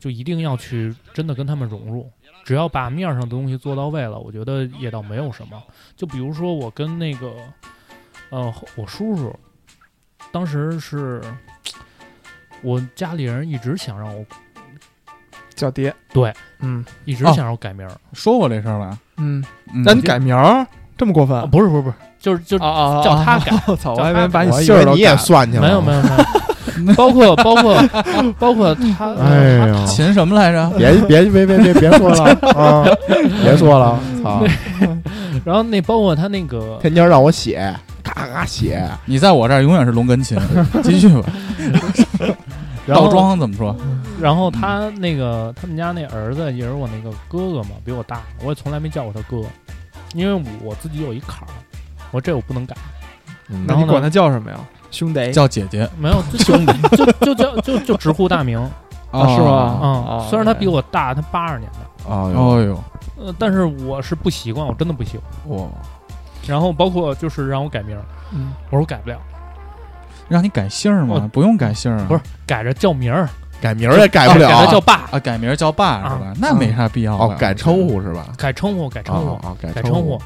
就一定要去真的跟他们融入，只要把面儿上的东西做到位了，我觉得也倒没有什么。就比如说我跟那个呃我叔叔，当时是我家里人一直想让我叫爹，对，嗯一直哦想让我改名儿，说过这事儿吧？嗯，嗯那你改名儿这么过分？啊不是不是不是，就是就啊啊！叫他改我操！我叫还以他为把你我以姓儿为都你也改了算去了，没有没有没有，包括包括包括他，哎呦他秦什么来着？别别别别别别说 <laughs> 了啊！别说 <laughs> 了，啊操！然后那包括他那个天天让我写，咔咔写，你在我这儿永远是龙跟 <laughs> 秦，继续吧。然后倒装怎么说？然后他那个他们家那儿子也是我那个哥哥嘛，比我大，我也从来没叫过他哥，因为我自己有一坎儿，我这我不能改，那然你后呢管他叫什么呀？兄哎弟叫姐姐没有就就就就叫就就直呼大名啊是吗嗯哦虽然他比我大，他八二年的，啊哦哟，呃，但是我是不习惯，我真的不习惯。我然后包括就是让我改名儿，嗯我说改不了，让你改姓儿吗我？不用改姓儿啊，不是改着叫名儿，改名儿也改不了哦改啊，他叫爸，啊，改名儿叫爸是吧？那没啥必要哦吧，改称呼是吧？改称呼，嗯改称呼，啊啊，改称称呼。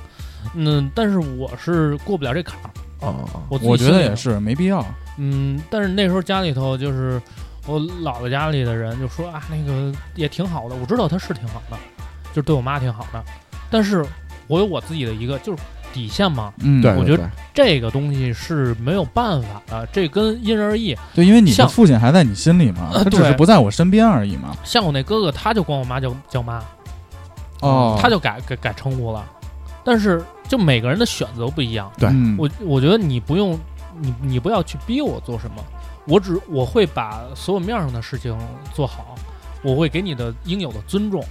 嗯，但是我是过不了这坎儿，啊啊！我自己我觉心得里也是没必要。嗯，但是那时候家里头就是我姥姥家里的人就说啊，那个也挺好的，我知道他是挺好的，就是对我妈挺好的，但是我有我自己的一个就是底线嘛，嗯，对，我对觉得这个东西是没有办法的，这跟因人而异。对，因为你的像父亲还在你心里嘛，呃他只是对不在我身边而已嘛。像我那哥哥，他就管我妈叫叫妈，哦，嗯他就改改改称呼了，但是就每个人的选择不一样。对嗯我我觉得你不用，你你不要去逼我做什么，我只我会把所有面上的事情做好，我会给你的应有的尊重，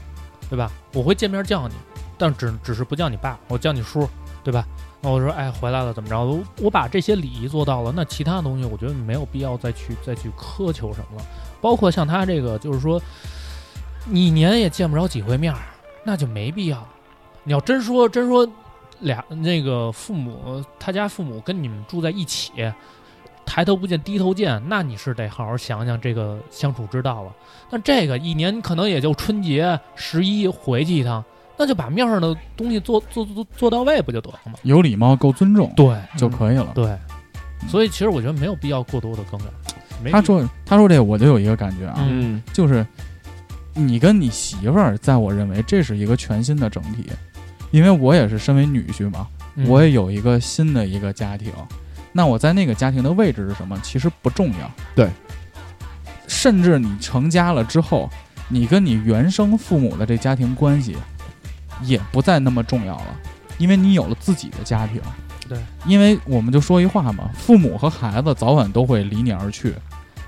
对吧？我会见面叫你，但只只是不叫你爸，我叫你叔，对吧？那我说，哎，回来了怎么着？我我把这些礼仪做到了，那其他的东西我觉得没有必要再去再去苛求什么了。包括像他这个，就是说，你一年也见不着几回面儿，那就没必要。你要真说真说俩那个父母，他家父母跟你们住在一起，抬头不见低头见，那你是得好好想想这个相处之道了。但这个一年可能也就春节、十一回去一趟，那就把面上的东西做做做做到位不就得了吗？有礼貌，够尊重对就可以了。对，所以其实我觉得没有必要过多的更改。没他必说他说这个我就有一个感觉啊，嗯，就是你跟你媳妇儿，在我认为这是一个全新的整体，因为我也是身为女婿嘛，嗯我也有一个新的一个家庭。那我在那个家庭的位置是什么，其实不重要。对，甚至你成家了之后，你跟你原生父母的这家庭关系也不再那么重要了，因为你有了自己的家庭。对，因为我们就说一话嘛，父母和孩子早晚都会离你而去，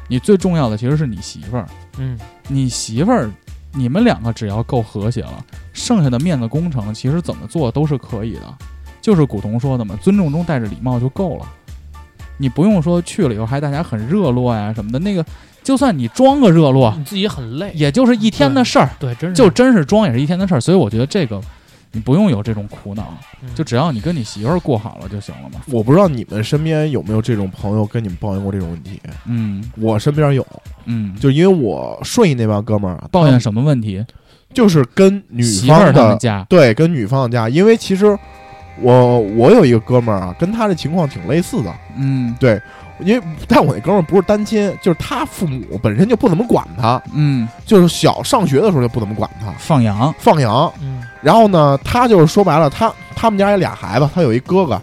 你最重要的其实是你媳妇儿。嗯你媳妇儿，你们两个只要够和谐了，剩下的面子工程其实怎么做都是可以的。就是古潼说的嘛，尊重中带着礼貌就够了。你不用说去了以后还大家很热络呀什么的，那个就算你装个热络，你自己很累，也就是一天的事儿，对，真是就真是装也是一天的事儿。所以我觉得这个你不用有这种苦恼，嗯就只要你跟你媳妇儿过好了就行了嘛。我不知道你们身边有没有这种朋友跟你们抱怨过这种问题，嗯我身边有，嗯，就因为我顺义那帮哥们儿啊抱怨什么问题？就是跟女媳妇儿方他的们家，对，跟女方的家，因为其实我我有一个哥们儿啊，跟他这情况挺类似的，嗯因为但我那哥们儿不是单亲，就是他父母本身就不怎么管他，嗯，就是小上学的时候就不怎么管他，放羊，放羊。嗯然后呢，他就是说白了，他他们家有俩孩子，他有一哥哥，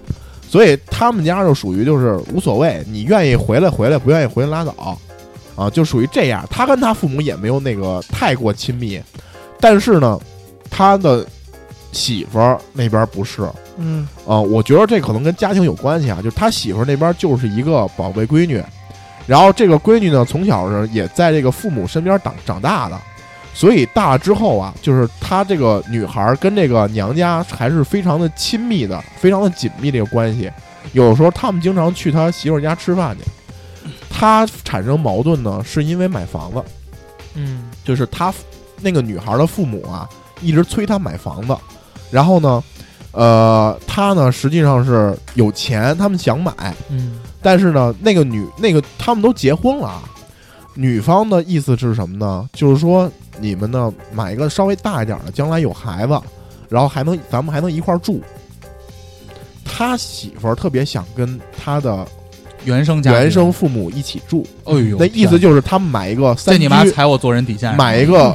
所以他们家就属于就是无所谓，你愿意回来回来，不愿意回来拉倒，啊，就属于这样。他跟他父母也没有那个太过亲密，但是呢，他的媳妇儿那边不是，嗯，啊，我觉得这可能跟家庭有关系啊，就是他媳妇儿那边就是一个宝贝闺女，然后这个闺女呢从小是也在这个父母身边长长大的，所以大了之后啊，就是她这个女孩儿跟这个娘家还是非常的亲密的，非常的紧密这个关系。有时候他们经常去他媳妇儿家吃饭去，他产生矛盾呢，是因为买房子，嗯就是他父那个女孩的父母啊，一直催她买房子，然后呢，呃，她呢实际上是有钱，他们想买，嗯但是呢，那个女那个他们都结婚了啊，女方的意思是什么呢？就是说你们呢买一个稍微大一点的，将来有孩子，然后还能咱们还能一块儿住。他媳妇儿特别想跟他的原生家庭原生，父母一起住，哎呦，那意天思就是他们买一个这三居你，妈踩我做人底线，买一 <laughs> 个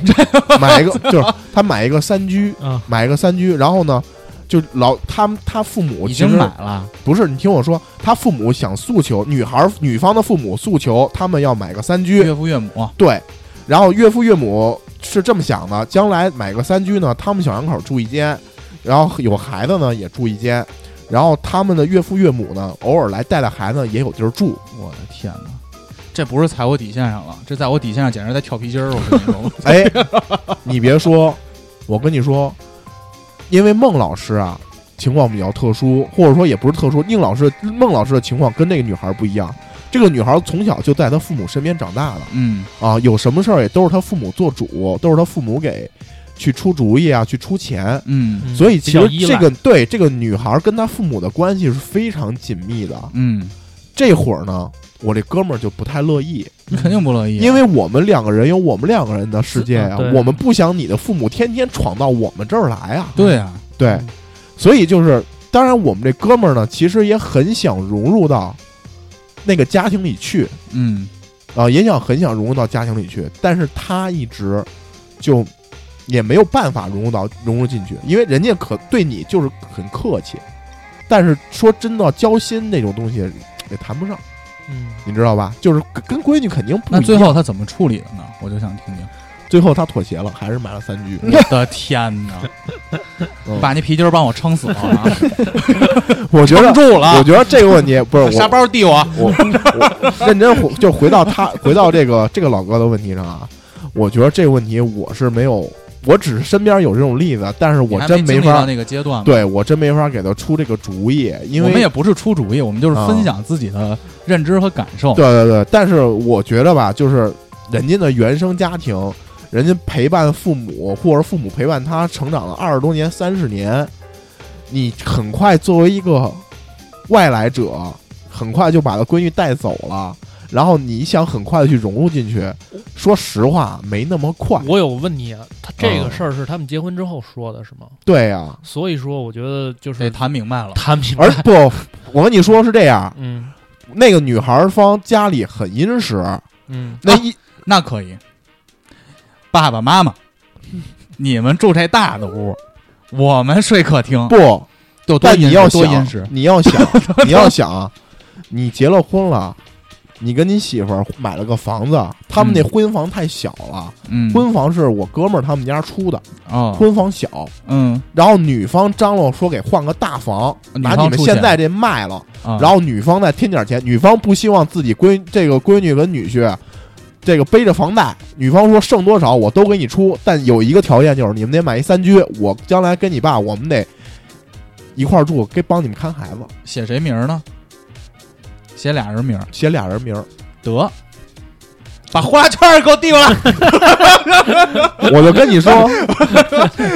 买一个，就是他买一个三居，啊买一个三居，然后呢，就老他们他父母已其实经买了，不是你听我说，他父母想诉求女孩儿女方的父母诉求，他们要买个三居，岳父岳母，对，然后岳父岳母是这么想的，将来买个三居呢，他们小两口住一间，然后有孩子呢也住一间，然后他们的岳父岳母呢偶尔来带带孩子也有地儿住，我的天哪！这不是踩我底线上了，这在我底线上简直在跳皮筋儿！我跟你 <laughs> 说，哎，你别说，我跟你说，因为孟老师啊情况比较特殊，或者说也不是特殊，宁老师孟老师的情况跟那个女孩不一样。这个女孩从小就在她父母身边长大的嗯啊，有什么事儿也都是她父母做主，都是她父母给去出主意啊，去出钱。嗯嗯，所以其比较实依这赖个对这个女孩跟她父母的关系是非常紧密的，嗯，这会儿呢，我这哥们儿就不太乐意，你肯定不乐意啊、因为我们两个人有我们两个人的世界呀、嗯对我们不想你的父母天天闯到我们这儿来啊。对啊，对，所以就是，当然我们这哥们儿呢，其实也很想融入到那个家庭里去嗯，啊、也想很想融入到家庭里去，但是他一直就也没有办法融入到融入进去，因为人家可对你就是很客气，但是说真的交心那种东西也谈不上，嗯，你知道吧？就是跟跟闺女肯定不一那样。最后他怎么处理的呢？我就想听听。最后他妥协了，还是买了三居。我的天哪！嗯把那皮筋儿帮我撑死了 <laughs> 啊，我觉撑得，住我了，觉得这个 <laughs> 问题不是我沙包递我。我我认真回，就回到他回到这个这个老哥的问题上啊，我觉得这个问题我是没有，我只是身边有这种例子，但是你我还真经没历到法，那个阶段嘛，对我真没法给他出这个主意，因我们为啊也不是出主意，我们就是分享自己的认知和感受。对对对，但是我觉得吧，就是人家的原生家庭，人家陪伴父母或者父母陪伴他成长了二十多年、三十年，你很快作为一个外来者，很快就把他闺女带走了，然后你想很快的去融入进去，说实话没那么快。我有问你啊，他这嗯个事儿是他们结婚之后说的是吗？对呀、所以说，我觉得就得是谈明白了，谈明而白，不，我跟你说是这样，嗯那个女孩方家里很殷实，嗯，那一、那可以。爸爸妈妈，你们住这大的屋，我们睡客厅，不就啊多但殷你实要多殷想 <laughs> 实，。你要想，你要想，你结了婚了，你跟你媳妇儿买了个房子，他们那嗯婚房太小了，嗯，婚房是我哥们儿他们家出的，哦，婚房小。嗯，然后女方张罗说给换个大房，啊女把方你们出现钱在这卖了，然然后女方再添点钱。女方不希望自己闺这个闺女跟女婿，这个背着房贷。女方说剩多少我都给你出，但有一个条件就是你们得买一三居，我将来跟你爸我们得一块儿住，给帮你们看孩子。写谁名儿呢？写俩人名儿，写俩人名儿，得把呼啦圈儿给我递过 <laughs> 来。我就跟你说，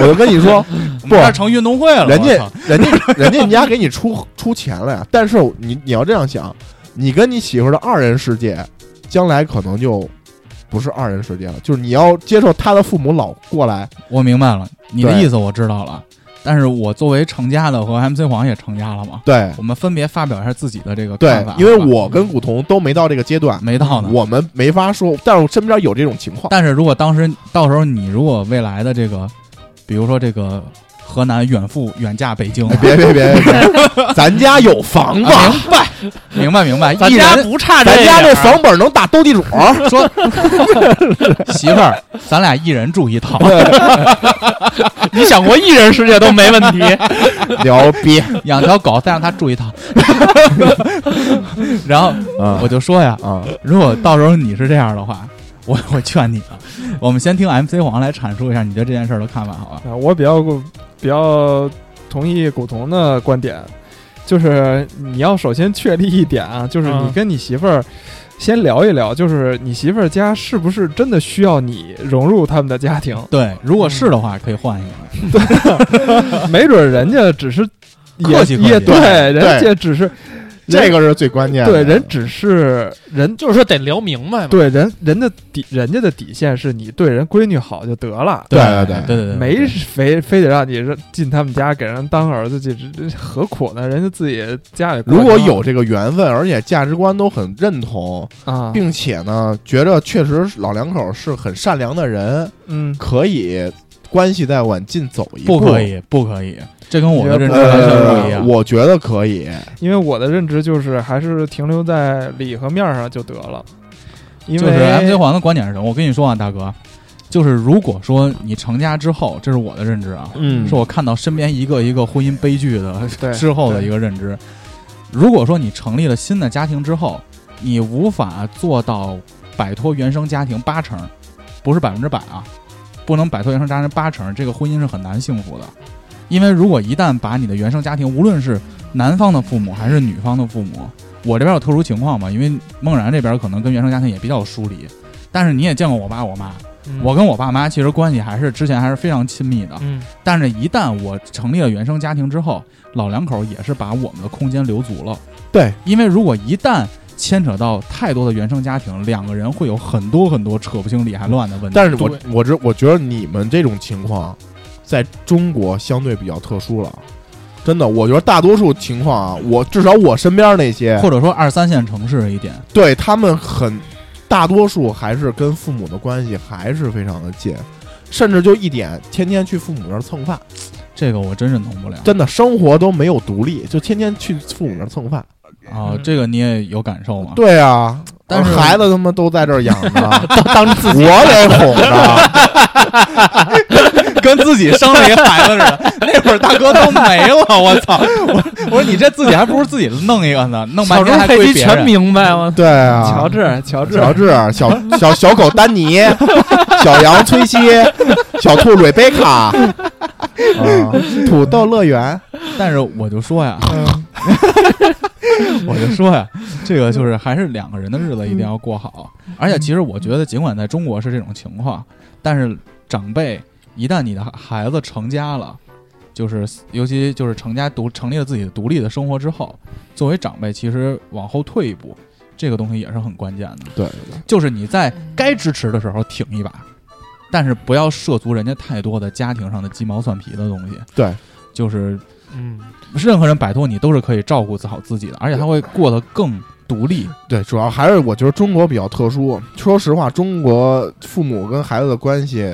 我就跟你说，我们这儿成运动会了，人我家操人家人家人家给你出出钱了呀。但是你你要这样想，你跟你媳妇儿的二人世界，将来可能就不是二人世界了，就是你要接受她的父母老过来，我明白了，你的对意思我知道了。但是我作为成家的和 MC 黄也成家了嘛，对我们分别发表一下自己的这个对看法，吧。因为我跟古潼都没到这个阶段，没到呢。我们没法说，但是我身边有这种情况，但是如果当时到时候你如果未来的这个，比如说这个河南远赴远嫁北京啊、 <laughs> 别别别别别，咱家有房子。啊明白明白明白，咱一家人不差咱这家点这儿房本能打斗地主，说媳妇儿，咱俩一人住一套， <laughs> <laughs> 你想过一人世界都没问题。牛逼！ <laughs> 养条狗再让它住一套。 <laughs> 然后啊我就说呀，啊，如果到时候你是这样的话，我我劝你啊，我们先听 MC 黄来阐述一下你对这件事儿的看法，好吧？啊，我比较比较同意古潼的观点，就是你要首先确立一点啊，就是你嗯跟你媳妇儿先聊一聊，就是你媳妇儿家是不是真的需要你融入他们的家庭？对，如果是的话，可以换一个。没准儿人家只是也客气客气也对，对人家只是这个是最关键的。对人只是人就是说得聊明白嘛。对人人的底人家的底线是你对人闺女好就得了。对对对对对对，没非非得让你让进他们家给人当儿子，这这这何苦呢？人家自己家里过如果着有这个缘分，而且价值观都很认同，啊，并且呢，觉着确实老两口是很善良的人，嗯，可以关系再往近走一不步。可，以，不可以，这跟我的认知完全不一呃，样。我觉得可以。因为我的认知就是还是停留在里和面儿上就得了，因就为是 MC 黄的观点是什么？我跟你说啊，大哥，就是如果说你成家之后，这是我的认知啊，嗯是我看到身边一个一个婚姻悲剧的对之后的对一个认知。如果说你成立了新的家庭之后，你无法做到摆脱原生家庭八成，不是百分之百啊，不能摆脱原生家庭八成，这个婚姻是很难幸福的。因为如果一旦把你的原生家庭，无论是男方的父母还是女方的父母，我这边有特殊情况嘛，因为梦然这边可能跟原生家庭也比较疏离，但是你也见过我爸我妈，嗯我跟我爸妈其实关系还是之前还是非常亲密的，嗯但是，一旦我成立了原生家庭之后，老两口也是把我们的空间留足了。对，因为如果一旦牵扯到太多的原生家庭，两个人会有很多很多扯不清理还乱的问题。但是我对我知我觉得你们这种情况，在中国相对比较特殊了，真的，我觉得大多数情况啊，我至少我身边那些，或者说二三线城市一点，对他们很大多数还是跟父母的关系还是非常的近，甚至就一点，天天去父母那儿蹭饭，这个我真认同不了真的生活都没有独立，就天天去父母那儿蹭饭。啊、这个你也有感受吗？对啊，但是孩子他妈都在这儿养着，当自己我得哄着。跟自己生了一孩子似 <laughs> 的，那会儿大哥都没了，我操！我我说你这自己还不如自己弄一个呢，弄半小时天候还佩归奇别人全。明白了，对啊，乔治，乔治，乔治、小小 <laughs> 小狗丹尼、小羊崔西、小兔瑞贝卡，啊，土豆乐园，但是我就说呀， <laughs> 我就说呀，这个就是还是两个人的日子一定要过好。而且其实我觉得，尽管在中国是这种情况，但是长辈一旦你的孩子成家了，就是尤其就是成家独成立了自己的独立的生活之后，作为长辈，其实往后退一步，这个东西也是很关键的。对，就是你在该支持的时候挺一把，但是不要涉足人家太多的家庭上的鸡毛蒜皮的东西。对，就是嗯，任何人摆脱你都是可以照顾好自己的，而且他会过得更独立。对，主要还是我觉得中国比较特殊。说实话，中国父母跟孩子的关系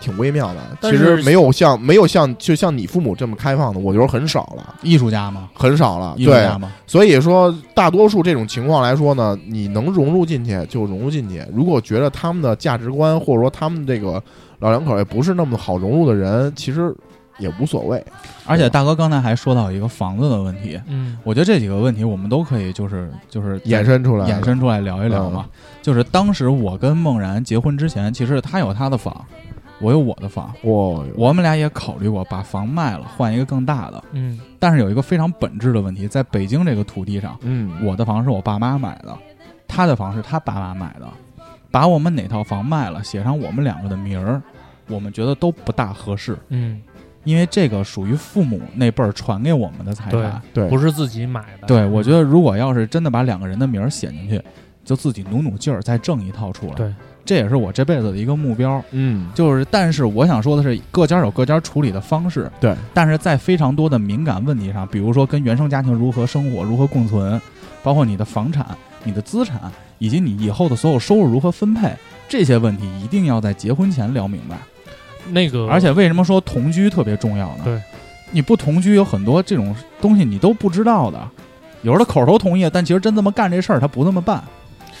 挺微妙的，但其是实没有像没有像就像你父母这么开放的，我觉得很少了，艺术家嘛，很少了。艺术对啊家，嘛，所以说大多数这种情况来说呢，你能融入进去就融入进去。如果觉得他们的价值观或者说他们这个老两口也不是那么好融入的人，其实也无所谓。而且大哥刚才还说到一个房子的问题，嗯，我觉得这几个问题我们都可以就是就是衍生出来，衍生出来聊一聊嘛。就是当时我跟梦然结婚之前，其实他有他的房，我有我的房，哇，我们俩也考虑过把房卖了换一个更大的，嗯，但是有一个非常本质的问题，在北京这个土地上，嗯，我的房是我爸妈买的，他的房是他爸妈买的，把我们哪套房卖了，写上我们两个的名儿，我们觉得都不大合适，嗯，因为这个属于父母那辈儿传给我们的财产。对，不是自己买的，对，我觉得如果要是真的把两个人的名儿写进去，就自己努努劲儿再挣一套出来。对，这也是我这辈子的一个目标。嗯，就是，但是我想说的是，各家有各家处理的方式。对，嗯但是在非常多的敏感问题上，比如说跟原生家庭如何生活、如何共存，包括你的房产、你的资产以及你以后的所有收入如何分配，这些问题一定要在结婚前聊明白。那个，而且为什么说同居特别重要呢？对，你不同居有很多这种东西你都不知道的，有时候他口头同意，但其实真这么干这事儿他不那么办，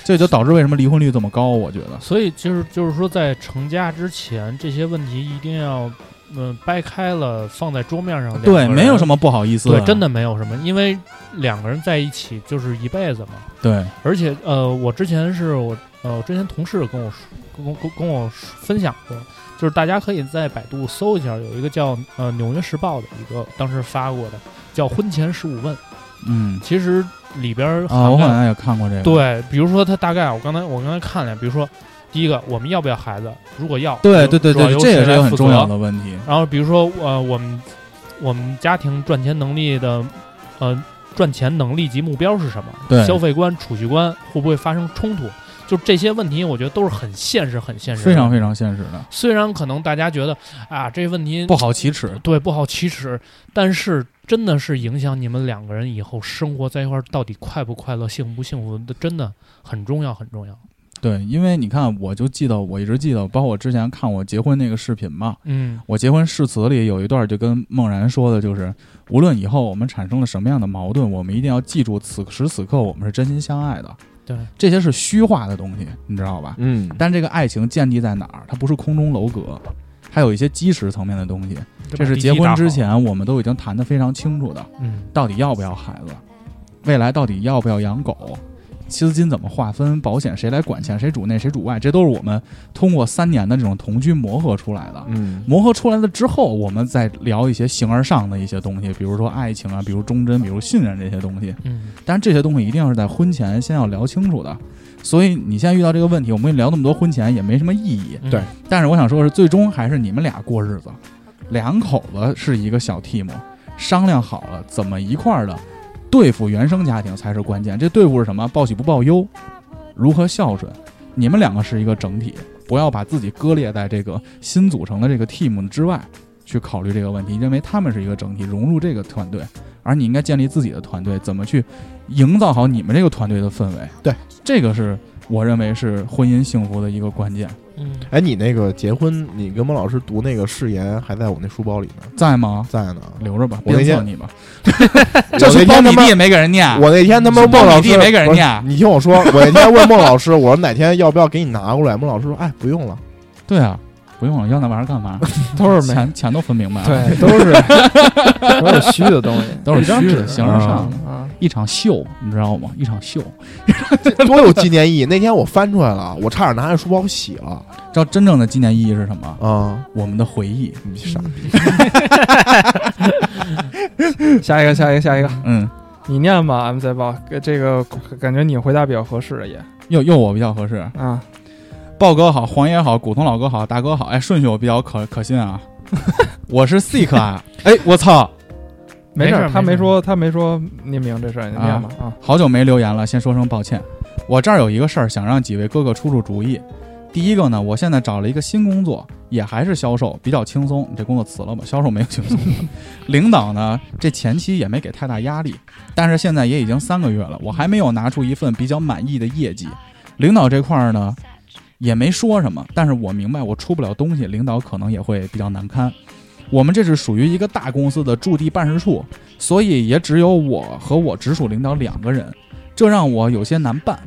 这就导致为什么离婚率这么高。我觉得所以就是就是说，在成家之前，这些问题一定要嗯掰开了放在桌面上。对，没有什么么，不好意思啊对的，，真的没有什么，因为两个人在一起就是一辈子嘛。对，而且呃，我之前是我呃，我之前同事跟我说，跟我跟跟我分享过，就是大家可以在百度搜一下，有一个叫呃《纽约时报》的一个当时发过的，叫《婚前十五问》，嗯。其实里边儿啊，涵我盖好像也看过这个。对，比如说他大概我刚才我刚才看了，比如说第一个我们要不要孩子，如果要，对由对对主要对，由这也谁是一来个很负重要责。的问题。然后比如说呃我们我们家庭赚钱能力的呃赚钱能力及目标是什么？对消费观、储蓄观会不会发生冲突？就这些问题，我觉得都是很现实、很现实的。非常非常现实的，虽然可能大家觉得啊这问题不好启齿。对不好启齿，但是真的是影响你们两个人以后生活在一块儿到底快不快乐、幸不幸福的，真的很重要，很重要。对，因为你看，我就记得，我一直记得，包括我之前看我结婚那个视频嘛，嗯，我结婚誓词里有一段就跟梦然说的，就是无论以后我们产生了什么样的矛盾，我们一定要记住，此时此刻我们是真心相爱的。对，这些是虚化的东西，你知道吧？嗯，但这个爱情建立在哪儿？它不是空中楼阁，还有一些基石层面的东西。这是结婚之，前我们都已经谈得非常清楚的。嗯，到底要不要孩子，未来到底要不要养狗，资金怎么划分，保险谁来管钱，谁主内谁主外，这都是我们通过三年的这种同居磨合出来的。嗯，磨合出来了之后，我们再聊一些形而上的一些东西，比如说爱情啊，比如忠贞，比如信任这些东西。嗯，但是这些东西一定要是在婚前先要聊清楚的。所以你现在遇到这个问题，我们跟你聊那么多婚前也没什么意义。嗯对，但是我想说的是，最终还是你们俩过日子，两口子是一个小 team，商量好了怎么一块儿的对付原生家庭才是关键。这对付是什么？报喜不报忧，如何孝顺？你们两个是一个整体，不要把自己割裂在这个新组成的这个 team 之外去考虑这个问题，认为他们是一个整体，融入这个团队，而你应该建立自己的团队，怎么去营造好你们这个团队的氛围？对，这个是我认为是婚姻幸福的一个关键，嗯，哎，你那个结婚，你跟孟老师读那个誓言还在我那书包里呢，在吗？在呢。留着吧，我那鞭策天你吧。我那是天苞他米妈地也没给人念，我那天他妈是孟老你师弟没给人不是念你听我说， <laughs> 我那天问孟老师，我说哪天要不要给你拿过来？孟老师说，哎，不用了。对啊，不用了，要那玩意儿干 <laughs> 嘛？都是没钱钱都分明白了，，对，都是 <laughs> 都是虚的东西，啊都是虚的，纸形而上的。啊，一场秀，你知道吗？一场秀，多有纪念意义！那天我翻出来了，我差点拿着书包洗了知道真正的纪念意义是什么？啊！我们的回忆。你傻逼！下一个，下一个，下一个，嗯，你念吧，MC 包，这个感觉你回答比较合适也又又我比较合适，啊，豹哥好，黄爷好，古潼老哥好，大哥好。哎，顺序我比较可可信 <laughs> 啊。我是 sick 啊！哎，我操，没没事事儿儿，他没没事儿说他没说匿名这事儿，你啊念吧啊，好久没留言了，先说声抱歉。我这儿有一个事儿，想让几位哥哥出出主意。第一个呢，我现在找了一个新工作，也还是销售，比较轻松。你这工作辞了吧，销售没有轻松 <laughs> 的。领导呢，这前期也没给太大压力，但是现在也已经三个月了，我还没有拿出一份比较满意的业绩。领导这块儿呢，也没说什么，但是我明白我出不了东西，领导可能也会比较难堪。我们这是属于一个大公司的驻地办事处，所以也只有我和我直属领导两个人，这让我有些难办。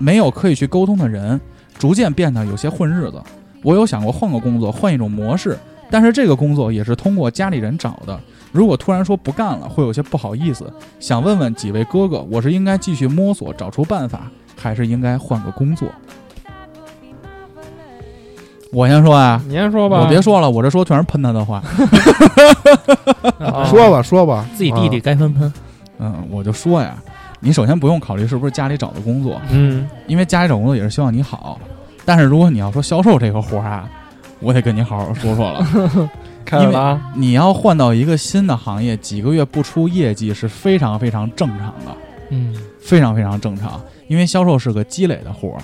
没有可以去沟通的人，逐渐变得有些混日子。我有想过换个工作，换一种模式，但是这个工作也是通过家里人找的。如果突然说不干了，会有些不好意思。想问问几位哥哥，我是应该继续摸索找出办法，还是应该换个工作？我先说啊，你先说吧，我别说了，我这说全是喷他的话。嗯啊说吧，说吧，自己弟弟啊该喷喷，嗯，我就说呀，你首先不用考虑是不是家里找的工作，嗯，因为家里找工作也是希望你好。但是如果你要说销售这个活儿啊，我得跟你好好说说了。开始了啊，你要换到一个新的行业，几个月不出业绩是非常非常正常的，嗯，非常非常正常。因为销售是个积累的活儿，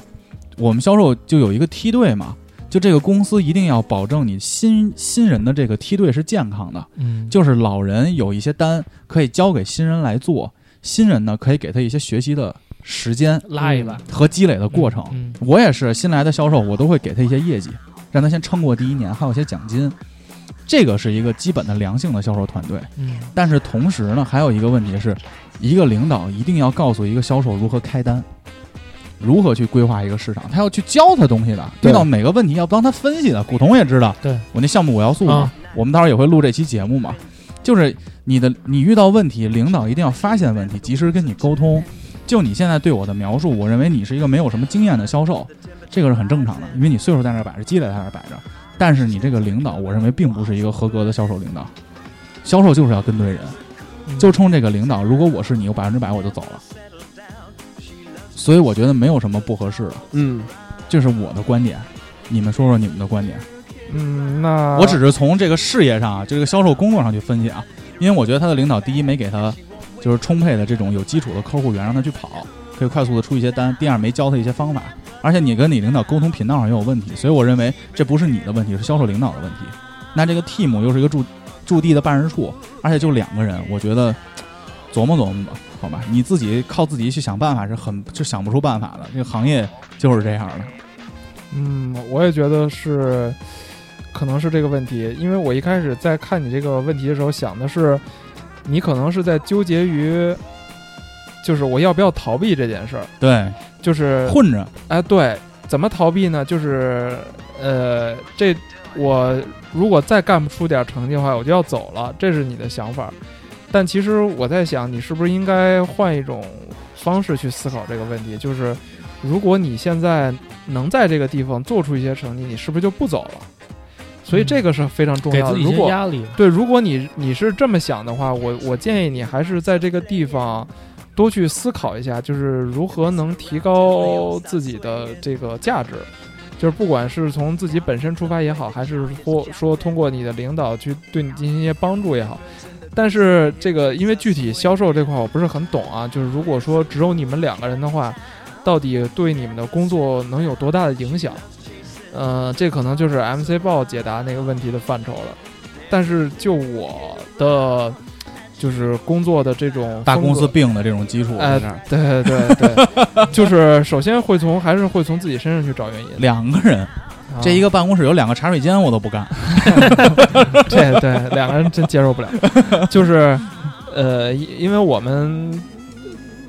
我们销售就有一个梯队嘛，就这个公司一定要保证你新新人的这个梯队是健康的。嗯，就是老人有一些单可以交给新人来做，新人呢可以给他一些学习的时间拉一把和积累的过程。嗯我也是新来的销售，我都会给他一些业绩，让他先撑过第一年，还有一些奖金。这个是一个基本的良性的销售团队，嗯，但是同时呢，还有一个问题是，一个领导一定要告诉一个销售如何开单，如何去规划一个市场，他要去教他东西的，对遇到每个问题要帮他分析的。古潼也知道，对我那项目我要素嘛，啊我们到时候也会录这期节目嘛。就是你的，你遇到问题，领导一定要发现问题，及时跟你沟通。就你现在对我的描述，我认为你是一个没有什么经验的销售，这个是很正常的，因为你岁数在那儿摆着，积累在那儿摆着。但是你这个领导，我认为并不是一个合格的销售领导。销售就是要跟对人，嗯就冲这个领导，如果我是你，我百分之百我就走了。所以我觉得没有什么不合适的，嗯，这是我的观点。你们说说你们的观点，嗯，那我只是从这个事业上啊，就这个销售工作上去分析啊，因为我觉得他的领导第一没给他就是充沛的这种有基础的客户源让他去跑，可以快速的出一些单；第二没教他一些方法，而且你跟你领导沟通频道上也有问题，所以我认为这不是你的问题，是销售领导的问题。那这个 team 又是一个驻驻地的办事处，而且就两个人，我觉得琢磨琢磨吧，好吧，你自己靠自己去想办法是很就想不出办法的，这个行业就是这样的。嗯，我也觉得是，可能是这个问题，因为我一开始在看你这个问题的时候想的是，你可能是在纠结于，就是我要不要逃避这件事儿，对，就是混着，哎对，怎么逃避呢？就是呃，这我如果再干不出点成绩的话，我就要走了，这是你的想法。但其实我在想，你是不是应该换一种方式去思考这个问题？就是如果你现在能在这个地方做出一些成绩，你是不是就不走了？所以这个是非常重嗯给要的。自己一如些果压力，对，如果你你是这么想的话，我我建议你还是在这个地方多去思考一下，就是如何能提高自己的这个价值，就是不管是从自己本身出发也好，还是或说通过你的领导去对你进行一些帮助也好，但是这个因为具体销售这块我不是很懂啊，就是如果说只有你们两个人的话，到底对你们的工作能有多大的影响？呃，这可能就是 MC 报解答那个问题的范畴了。但是就我的就是工作的这种大公司风格病的这种基础，哎在这儿对对对， <laughs> 就是首先会从还是会从自己身上去找原因。两个人，啊这一个办公室有两个茶水间，我都不干。 <laughs> 这对两个人真接受不了，就是呃，因因为我们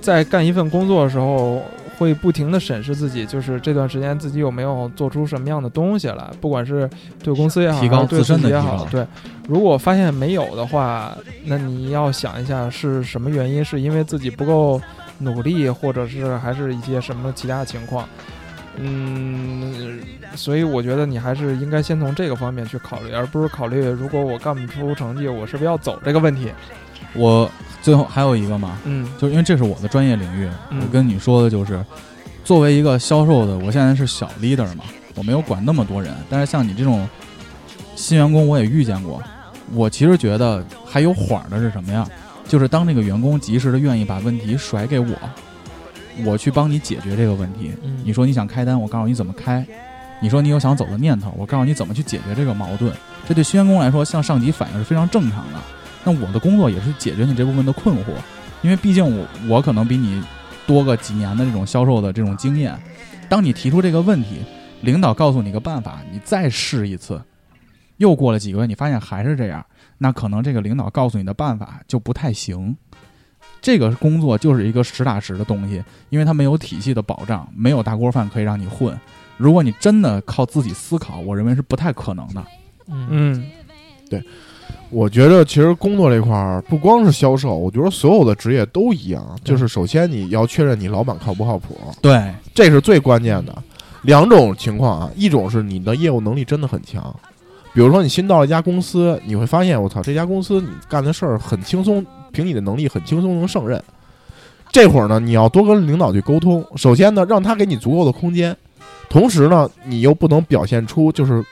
在干一份工作的时候，会不停的审视自己，就是这段时间自己有没有做出什么样的东西来，不管是对公司也好，提高还是对自身的己也提好高，对。如果发现没有的话，那你要想一下是什么原因，是因为自己不够努力，或者是还是一些什么其他的情况。嗯，所以我觉得你还是应该先从这个方面去考虑，而不是考虑如果我干不出成绩，我是不是要走这个问题。我最后还有一个嘛，嗯就是因为这是我的专业领域，嗯我跟你说的就是，作为一个销售的，我现在是小 leader 嘛，我没有管那么多人，但是像你这种新员工，我也遇见过。我其实觉得还有缓儿的是什么呀？就是当这个员工及时的愿意把问题甩给我，我去帮你解决这个问题。嗯你说你想开单，我告诉你怎么开；你说你有想走的念头，我告诉你怎么去解决这个矛盾。这对新员工来说，向上级反映是非常正常的。那我的工作也是解决你这部分的困惑，因为毕竟我我可能比你多个几年的这种销售的这种经验。当你提出这个问题，领导告诉你个办法，你再试一次，又过了几个月，你发现还是这样，那可能这个领导告诉你的办法就不太行。这个工作就是一个实打实的东西，因为它没有体系的保障，没有大锅饭可以让你混。如果你真的靠自己思考，我认为是不太可能的。嗯嗯我觉得其实工作这块儿不光是销售，我觉得所有的职业都一样，对就是首先你要确认你老板靠不靠谱，对，这是最关键的。两种情况啊，一种是你的业务能力真的很强，比如说你新到了一家公司，你会发现我操，这家公司你干的事儿很轻松，凭你的能力很轻松能胜任。这会儿呢，你要多跟领导去沟通。首先呢，让他给你足够的空间，同时呢，你又不能表现出就是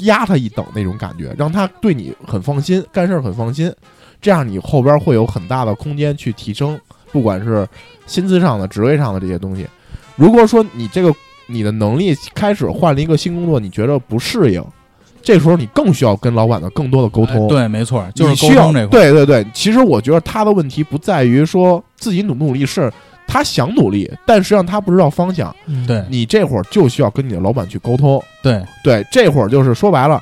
压他一等那种感觉，让他对你很放心，干事儿很放心。这样你后边会有很大的空间去提升，不管是薪资上的、职位上的这些东西。如果说你这个你的能力开始换了一个新工作，你觉得不适应，这时候你更需要跟老板的更多的沟通。哎对，没错，就你是需沟要通这块。对对对，其实我觉得他的问题不在于说自己努不努力，是他想努力，但实际上他不知道方嗯向。对你这会儿就需要跟你的老板去沟通。对对，这会儿就是说白了，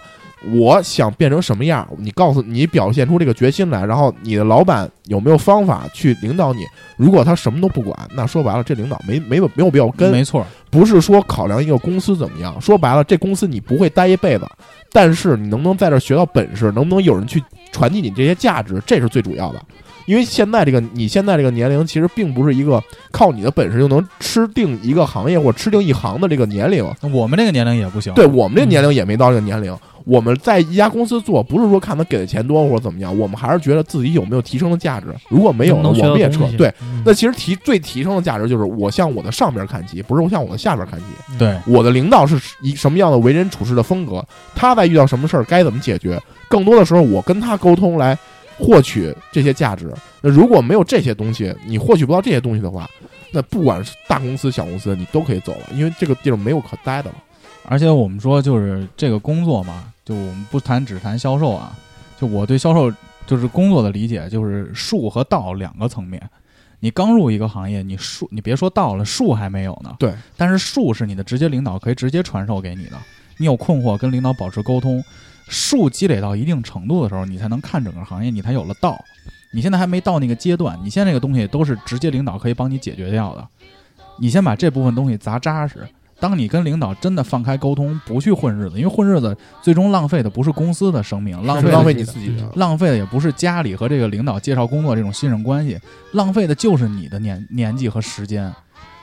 我想变成什么样，你告诉你表现出这个决心来，然后你的老板有没有方法去领导你？如果他什么都不管，那说白了，这领导没没有没有必要跟。没错，不是说考量一个公司怎么样，说白了，这公司你不会待一辈子，但是你能不能在这儿学到本事，能不能有人去传递你这些价值，这是最主要的。因为现在这个你现在这个年龄，其实并不是一个靠你的本事就能吃定一个行业或者吃定一行的这个年龄。嗯我们这个年龄也不行。对我们这个年龄也没到这个年龄，我们在一家公司做，不是说看他给的钱多或者怎么样，我们还是觉得自己有没有提升的价值。如果没有了，能学我到们也东撤西。对，嗯那其实提最提升的价值就是我向我的上边看齐，不是我向我的下边看齐。对我的领导是一什么样的为人处事的风格，他在遇到什么事儿该怎么解决，更多的时候我跟他沟通来获取这些价值。那如果没有这些东西，你获取不到这些东西的话，那不管是大公司小公司，你都可以走了，因为这个地儿没有可待的了。而且我们说就是这个工作嘛，就我们不谈只谈销售啊，就我对销售就是工作的理解就是术和道两个层面。你刚入一个行业，你术你别说道了，术还没有呢。对，但是术是你的直接领导可以直接传授给你的，你有困惑跟领导保持沟通，术积累到一定程度的时候，你才能看整个行业，你才有了道。你现在还没到那个阶段，你现在这个东西都是直接领导可以帮你解决掉的。你先把这部分东西砸扎实，当你跟领导真的放开沟通，不去混日子，因为混日子最终浪费的不是公司的生命，浪费是的浪费你自己的，嗯浪费的也不是家里和这个领导介绍工作这种信任关系，浪费的就是你的年年纪和时间。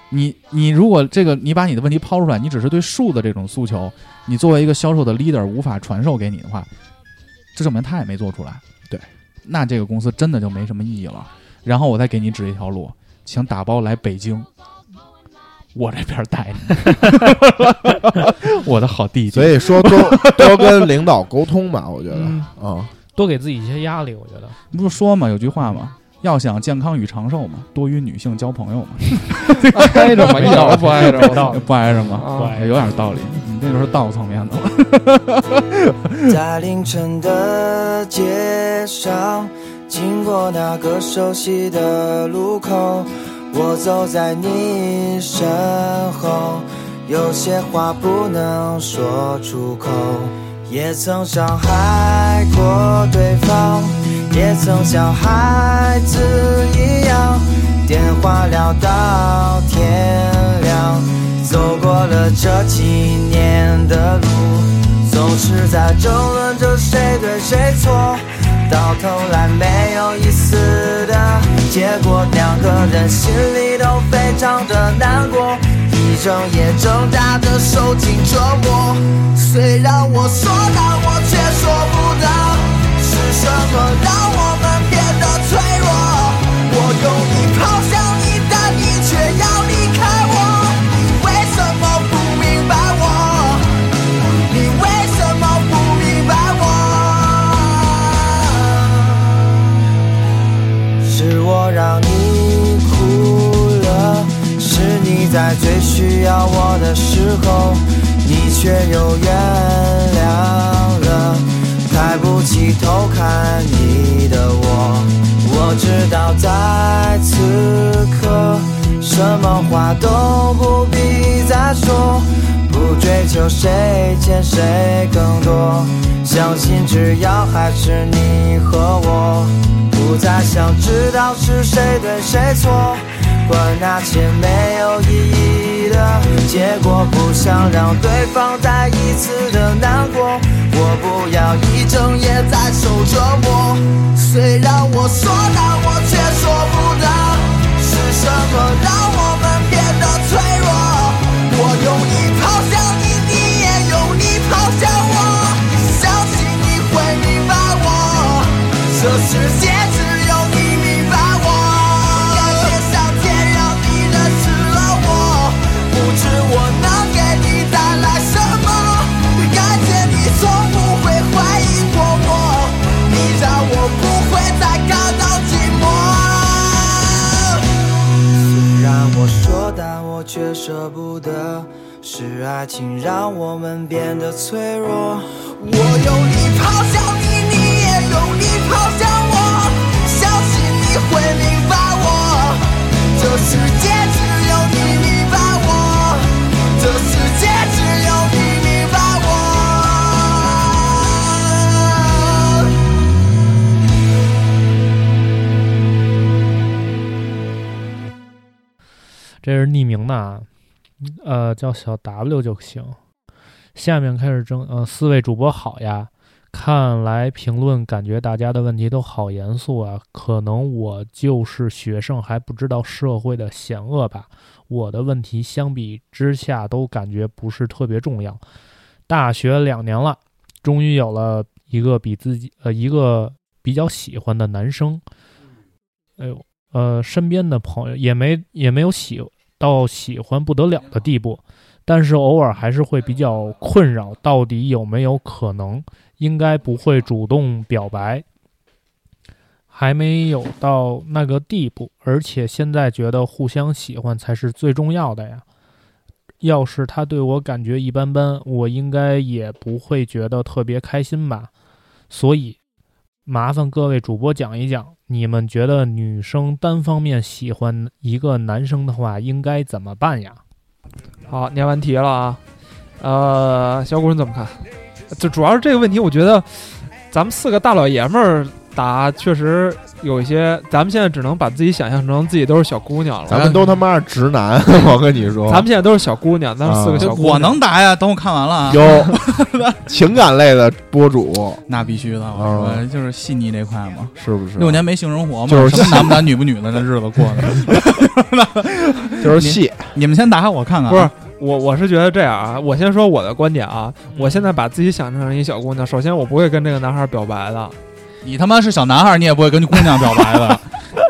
你你如果这个你把你的问题抛出来，你只是对数的这种诉求，你作为一个销售的 leader 无法传授给你的话，这证明他也没做出来。对，那这个公司真的就没什么意义了。然后我再给你指一条路，请打包来北京，我这边带你，我的好弟弟。 <laughs> <laughs> 所以说多多跟领导沟通吧，我觉得嗯啊，多给自己一些压力，我觉得。不是说嘛，有句话嘛，要想健康与长寿嘛，多与女性交朋友嘛，挨着吗？一点都不挨着，我操道理不挨着吗？啊！哎有点道理，你这就是道层面的了。在凌晨的街上，经过那个熟悉的路口，我走在你身后，有些话不能说出口。也曾伤害过对方，也曾像孩子一样，电话聊到天亮。走过了这几年的路。总是在争论着谁对谁错，到头来没有一丝的结果，两个人心里都非常的难过，一睁也睁大的受尽折磨。虽然我说到，我却说不到，是什么让我们变得脆弱？我用力抛向你，但你却要离开我，你为什么不明白我？你为什么不明白我？是我让你哭了，是你在最需要我的时候，你却又原谅了抬不起头看你的我。我知道在此刻，什么话都不必再说。不追求谁欠谁更多，相信只要还是你和我，不再想知道是谁对谁错，管那些没有意义的结果，不想让对方再一次的难过，我不要一整夜在受折磨。虽然我说到，我却说不到，是什么让我们变得脆弱？我用力抛向你，你也用力抛向我。相信你会明白我，这世界只有你明白我。感谢上天让你认识了我，不知我能给你带来什么。感谢你从不会怀疑过我，你让我不会再感到寂寞。虽然我说，但我却舍不得。是爱情让我们变得脆弱。我用力抛向你，你也用力抛向我。相信你会明白我，这世界只有你明白我，这世界只有你明白我。这是匿名的啊，呃，叫小 W 就行。下面开始征，呃，四位主播好呀。看来评论感觉大家的问题都好严肃啊，可能我就是学生还不知道社会的险恶吧。我的问题相比之下都感觉不是特别重要。大学两年了，终于有了一个比自己呃一个比较喜欢的男生。哎呦，呃，身边的朋友也没也没有喜到喜欢不得了的地步，但是偶尔还是会比较困扰，到底有没有可能？应该不会主动表白，还没有到那个地步，而且现在觉得互相喜欢才是最重要的呀。要是他对我感觉一般般，我应该也不会觉得特别开心吧。所以，麻烦各位主播讲一讲，你们觉得女生单方面喜欢一个男生的话，应该怎么办呀？好，念完题了啊。呃，小谷你怎么看？就主要是这个问题，我觉得咱们四个大老爷们儿答，确实有一些，咱们现在只能把自己想象成自己都是小姑娘了。咱们都他妈是直男，我跟你说，咱们现在都是小姑娘，咱们四个小姑娘。我能答呀，等我看完了啊。有 <laughs> 情感类的播主那必须的，我说就是细腻这块嘛。是不是？六年没性生活嘛，就是什么男不男女不女 <laughs> 的那日子过的。就是戏，你们先打我看看啊，不是我，我是觉得这样啊。我先说我的观点啊，嗯我现在把自己想象成一小姑娘，首先我不会跟这个男孩表白的。你他妈是小男孩，你也不会跟姑娘 <laughs> 表白的，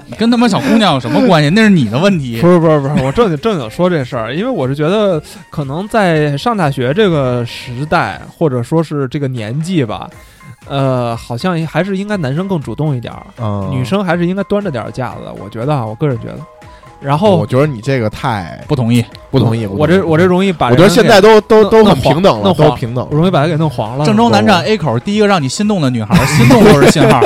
你跟他妈小姑娘有什么关系？那是你的问题嗯不。是不是不是，我正经正经说这事儿，因为我是觉得可能在上大学这个时代，或者说是这个年纪吧，呃，好像还是应该男生更主动一点儿，嗯女生还是应该端着点儿架子的。我觉得啊，我个人觉得。然我后觉得你这个太不同意。不同意。哦我这我这，容易把我觉得人给现在都都都弄很弄平等了，弄都黄平等了。容易把他给弄黄了。郑州南站 A 口第一个让你心动的女孩，心动就是信 <laughs> 号。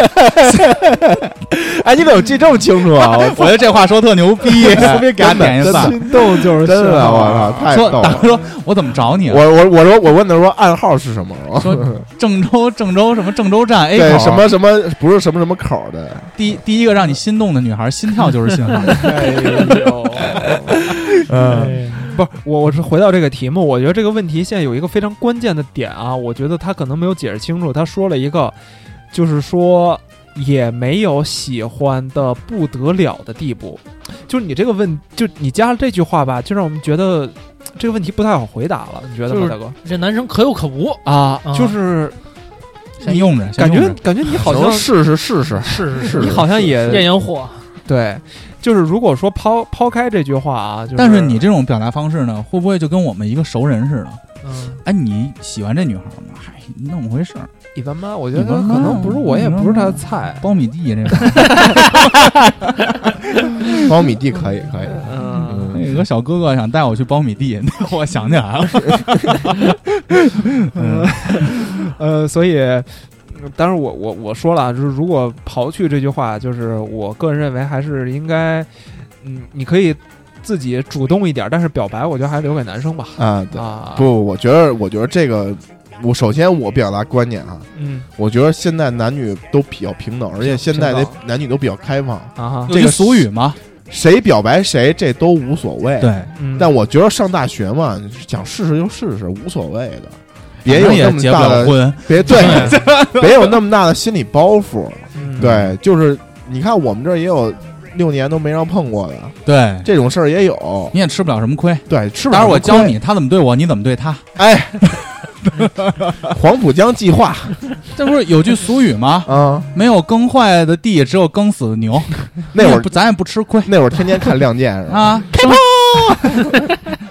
哎，你怎么记这么清楚啊？我哎我觉得这话说特牛逼， <laughs> 随便给他点一 <laughs> 赞。心动就是真的，我我操，太说逗大了！哥说，我怎么找你啊？我我我说我问他说暗号是什么？我说郑州郑州什么郑州站 A 啊对口啊什么什么不是什么什么口儿的，第第一个让你心动的女孩，心跳就是 <laughs> 信号。哎呦，嗯，不是我，我是回到这个题目，我觉得这个问题现在有一个非常关键的点啊，我觉得他可能没有解释清楚。他说了一个，就是说也没有喜欢的不得了的地步，就是你这个问，就你加了这句话吧，就让我们觉得这个问题不太好回答了，你觉得吗，就是大哥？这男生可有可无，啊啊就是先用着，先感用觉着感觉你好能像试试试试，是是是你好像验也烟火，对，就是如果说抛抛开这句话啊，就是、但是你这种表达方式呢，会不会就跟我们一个熟人似的？嗯，哎，你喜欢这女孩吗？哎，那么回事儿，一般般，我觉得一般般可能不是我，也一般不是他的般哎菜。苞米地这 <laughs> 个，苞米地可以可以，嗯，那嗯，有个小哥哥想带我去苞米地， <laughs> 那我想起来了。嗯呃，所以，嗯当然我我我说了啊，就是如果刨去这句话，就是我个人认为还是应该，嗯，你可以自己主动一点，但是表白我觉得还是留给男生吧。啊，对，啊，不，，我觉得我觉得这个，我首先我表达观点啊，嗯我觉得现在男女都比较平等，而且现在平的等男女都比较开放，啊哈，有句俗语嘛，谁表白谁这都无所谓。，对，嗯，但我觉得上大学嘛，想试试就试试，无所谓的，别别有也那么结不大了的婚，别对， <laughs> 别有那么大的心理包袱。嗯，对，就是你看我们这儿也有六年都没让碰过的对，这种事儿也有。你也吃不了什么亏。对，吃不待了会儿我亏教你，他怎么对我，你怎么对他。黄浦江 <laughs> 计划这不是有句俗语吗？啊，没有耕坏的地，只有耕死的牛。那会儿嗯不咱也不吃亏 <laughs> 那会儿天天看《 <laughs> 亮剑》是吧？啊，生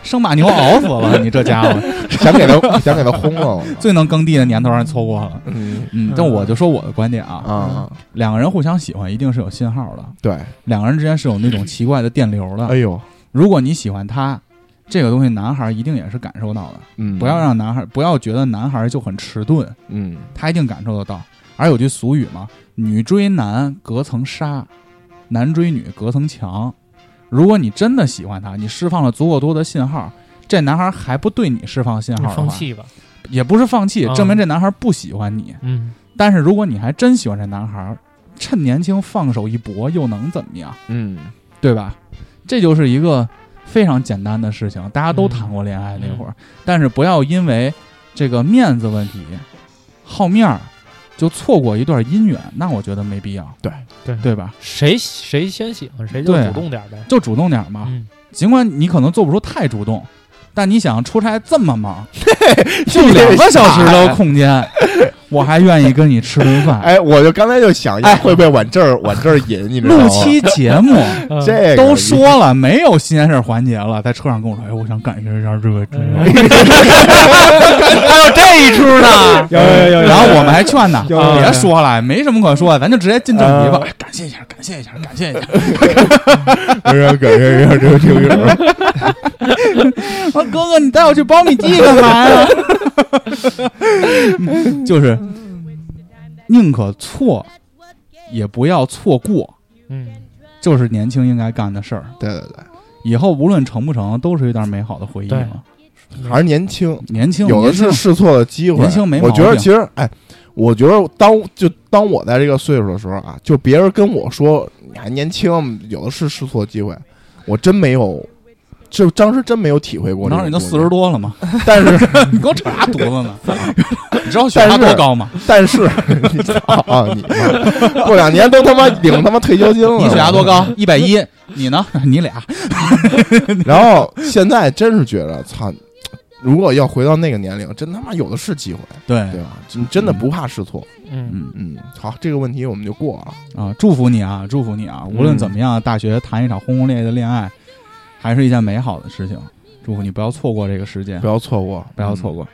生把牛熬死了，你这家伙想给他 <laughs> 想给他轰了， <laughs> 最能耕地的年头让你错过了。嗯嗯，但我就说我的观点啊，啊，两个人互相喜欢一定是有信号的，对，两个人之间是有那种奇怪的电流哎的。呦，如果你喜欢他，这个东西男孩一定也是感受到的。嗯，不要让男孩不要觉得男孩就很迟钝，嗯，他一定感受得到。而有句俗语嘛，“女追男隔层纱，男追女隔层墙”。如果你真的喜欢他，你释放了足够多的信号，这男孩还不对你释放信嗯你号的放话，弃吧，也不是放弃，嗯证明这男孩不喜欢你。嗯，但是如果你还真喜欢这男孩，趁年轻放手一搏，又能怎么样？嗯，对吧？这就是一个非常简单的事情，大家都嗯谈过恋爱那会儿，嗯但是不要因为这个面子问题、好面儿，就错过一段姻缘，那我觉得没必要。对嗯对对吧？谁谁先喜欢谁就对啊啊主动点儿呗，就主动点儿嘛，嗯，尽管你可能做不出太主动。但你想出差这么 <laughs> 忙，就这两个小时的空间，我还愿意跟你吃顿饭。 <laughs> 哎，我就刚才就想，哎，会不会往这儿 <laughs> 往这儿引？你知道吗录？期节目嗯这个都说了没有新鲜事儿环节了，在车上跟我说：“哎，我想感受一下这个这个 <laughs> 还有这一出呢，有有有然后我们还劝呢，有有啊别说了，没什么可说的，咱就直接进正题吧。哎感谢一下，感谢一下，感 <laughs> 谢一下。有给有有有有有， <laughs> 我说哦哥哥，你带我去苞米地干嘛 <laughs> 呀？嗯啊就是宁可错，也不要错过，嗯，就是年轻应该干的事儿。对对对，以后无论成不成，都是一段美好的回忆对嘛。嗯还是年轻，年轻有的年轻是试错的机会。年轻没毛我病觉得其实，哎，我觉得当就当我在这个岁数的时候啊，就别人跟我说你还年轻，有的是试错机会，我真没有，就当时真没有体会过这当种时东西。你都四十多了 <laughs> 嘛，但是你给我扯啥犊子 <laughs> 呢？你知道血压多高吗？但是 <laughs> 你操啊你妈，过两年都他妈领他妈退休金了。你血压多嗯高？啊一百一。 <laughs> 你呢？ <laughs> 你俩 <laughs> 然后现在真是觉得，操，如果要回到那个年龄，真他妈有的是机会，对对吧？你真的不怕试错。嗯哎嗯。嗯，好，这个问题我们就过了。啊，祝福你啊，祝福你啊！嗯无论怎么样，大学谈一场轰轰烈烈的恋爱，还是一件美好的事情。祝福你不要错过这个时间嗯不，要错过，不要错过。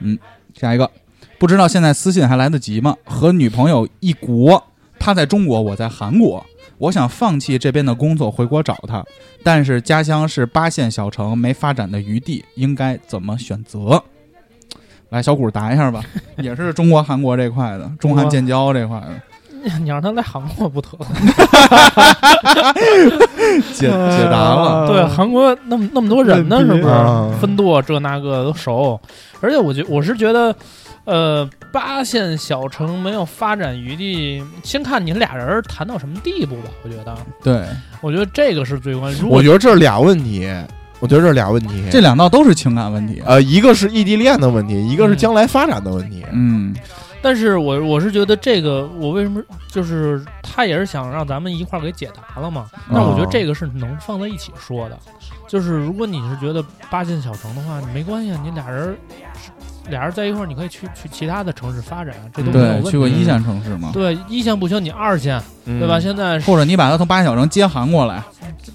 嗯，下一个，不知道现在私信还来得及吗？和女朋友一国，她在中国，我在韩国。我想放弃这边的工作，回国找她，但是家乡是八线小城，没发展的余地，应该怎么选择？来，小谷答一 <laughs> 下吧，也是中国韩国这块的，中韩建交这块的，你让他来韩国不得了？解解答了。对，韩国那么那么多人呢，那是比不是？啊分舵这那个都熟，而且我觉我是觉得，呃，八线小城没有发展余地，先看你俩人谈到什么地步吧。我觉得，对，我觉得这个是最关键。如我果觉得这是俩问题，我觉得这是俩问题。嗯这两道都是情感问题。呃，一个是异地恋的问题，一个是嗯将来发展的问题。嗯，但是我我是觉得这个，我为什么就是他也是想让咱们一块儿给解答了嘛？但我觉哦得这个是能放在一起说的，就是如果你是觉得八线小城的话，你没关系，啊，你俩人俩人在一块儿，你可以去去其他的城市发展，啊这都没有问对，题。去过一线城市吗？对一线不行，你二线，嗯对吧？现在是或者你把他从八线小城接韩国来，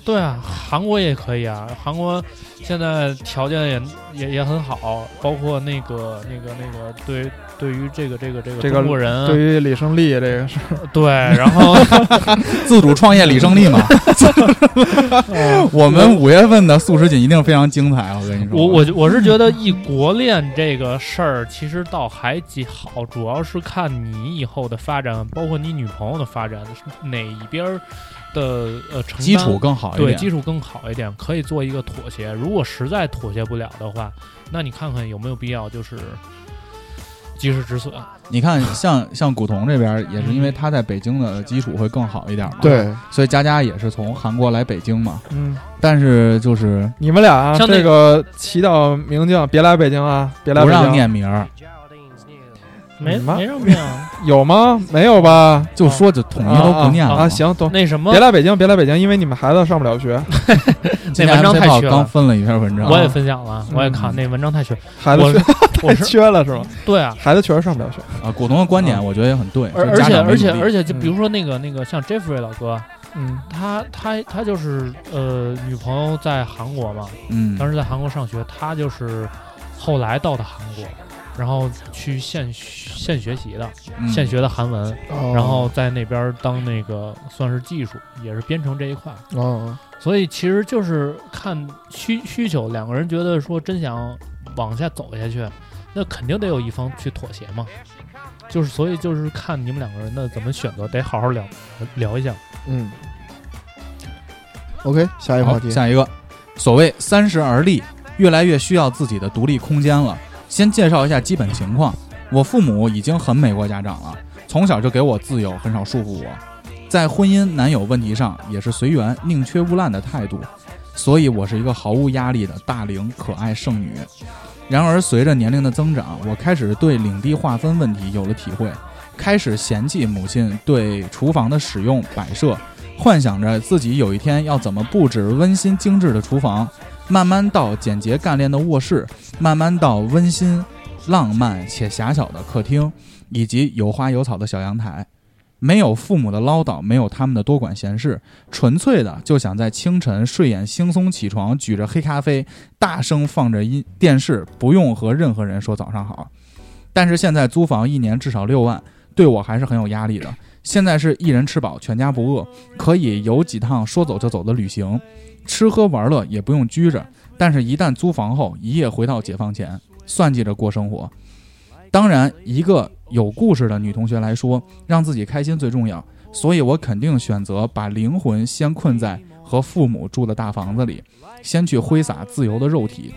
对啊，韩国也可以啊，韩国现在条件也也也很好，包括那个那个那个对对于这个这个这个这个中国人对于李胜利这个是，对，然后自主创业李胜 <laughs> 利嘛。我们五月份的素食锦一定非常精彩，我跟你说。我我我是觉得异国恋这个事儿其实倒还几好，主要是看你以后的发展，包括你女朋友的发展哪一边儿的呃承担基础更好一对点基。础更好一点，可以做一个妥协。如果实在妥协不了的话，那你看看有没有必要就是及时止损。你看，像像古潼这边也是，因为他在北京的基础会更好一点嘛。，对，所以佳佳也是从韩国来北京嘛。嗯，但是就是你们俩啊像那这个祈祷明镜，别来北京啊，别来不北让京，啊念名儿，没你妈没什么 <laughs> 啊呀，有吗？没有吧？就说就统一都不念了。啊，，行，懂。那什么别，来北京，别来北京，因为你们孩子上不了学，今天那文章 MC 太炮缺了刚分了一篇文章，我也分享了，我也看嗯那文章太缺，孩子我学我是缺了是吗？对啊，孩子确实上不了学。啊，古潼的观点我觉得也很对，而 <laughs> 就而是家且长没而且努力而且就嗯比如说那个那个像 Jeffrey 老哥，嗯，他他他就是呃女朋友在韩国嘛，嗯，当时在韩国上学，他就是后来到的韩国，然后去现现学习的，嗯现学的韩文，哦然然后在那边当那个算是技术，也是编程这一块。哦，所以其实就是看需需求，两个人觉得说真想往下走下去，那肯定得有一方去妥协嘛。就是所以就是看你们两个人的怎么选择，得好好聊聊一下。嗯。OK，下一个好，话题。下一个，所谓三十而立，越来越需要自己的独立空间了。先介绍一下基本情况，我父母已经很美国家长了，从小就给我自由，很少束缚我。在婚姻、男友问题上也是随缘、宁缺毋滥的态度，所以我是一个毫无压力的大龄可爱剩女。然而，随着年龄的增长，我开始对领地划分问题有了体会，开始嫌弃母亲对厨房的使用摆设，幻想着自己有一天要怎么布置温馨精致的厨房，慢慢到简洁干练的卧室，慢慢到温馨、浪漫且狭小的客厅，以及有花有草的小阳台。没有父母的唠叨，没有他们的多管闲事，纯粹的就想在清晨睡眼惺忪起床，举着黑咖啡，大声放着音电视，不用和任何人说早上好。但是现在租房一年至少六万，对我还是很有压力的。现在是一人吃饱，全家不饿，可以有几趟说走就走的旅行，吃喝玩乐也不用拘着。但是，一旦租房后，一夜回到解放前，算计着过生活。当然，一个有故事的女同学来说，让自己开心最重要。所以我肯定选择把灵魂先困在和父母住的大房子里，先去挥洒自由的肉体。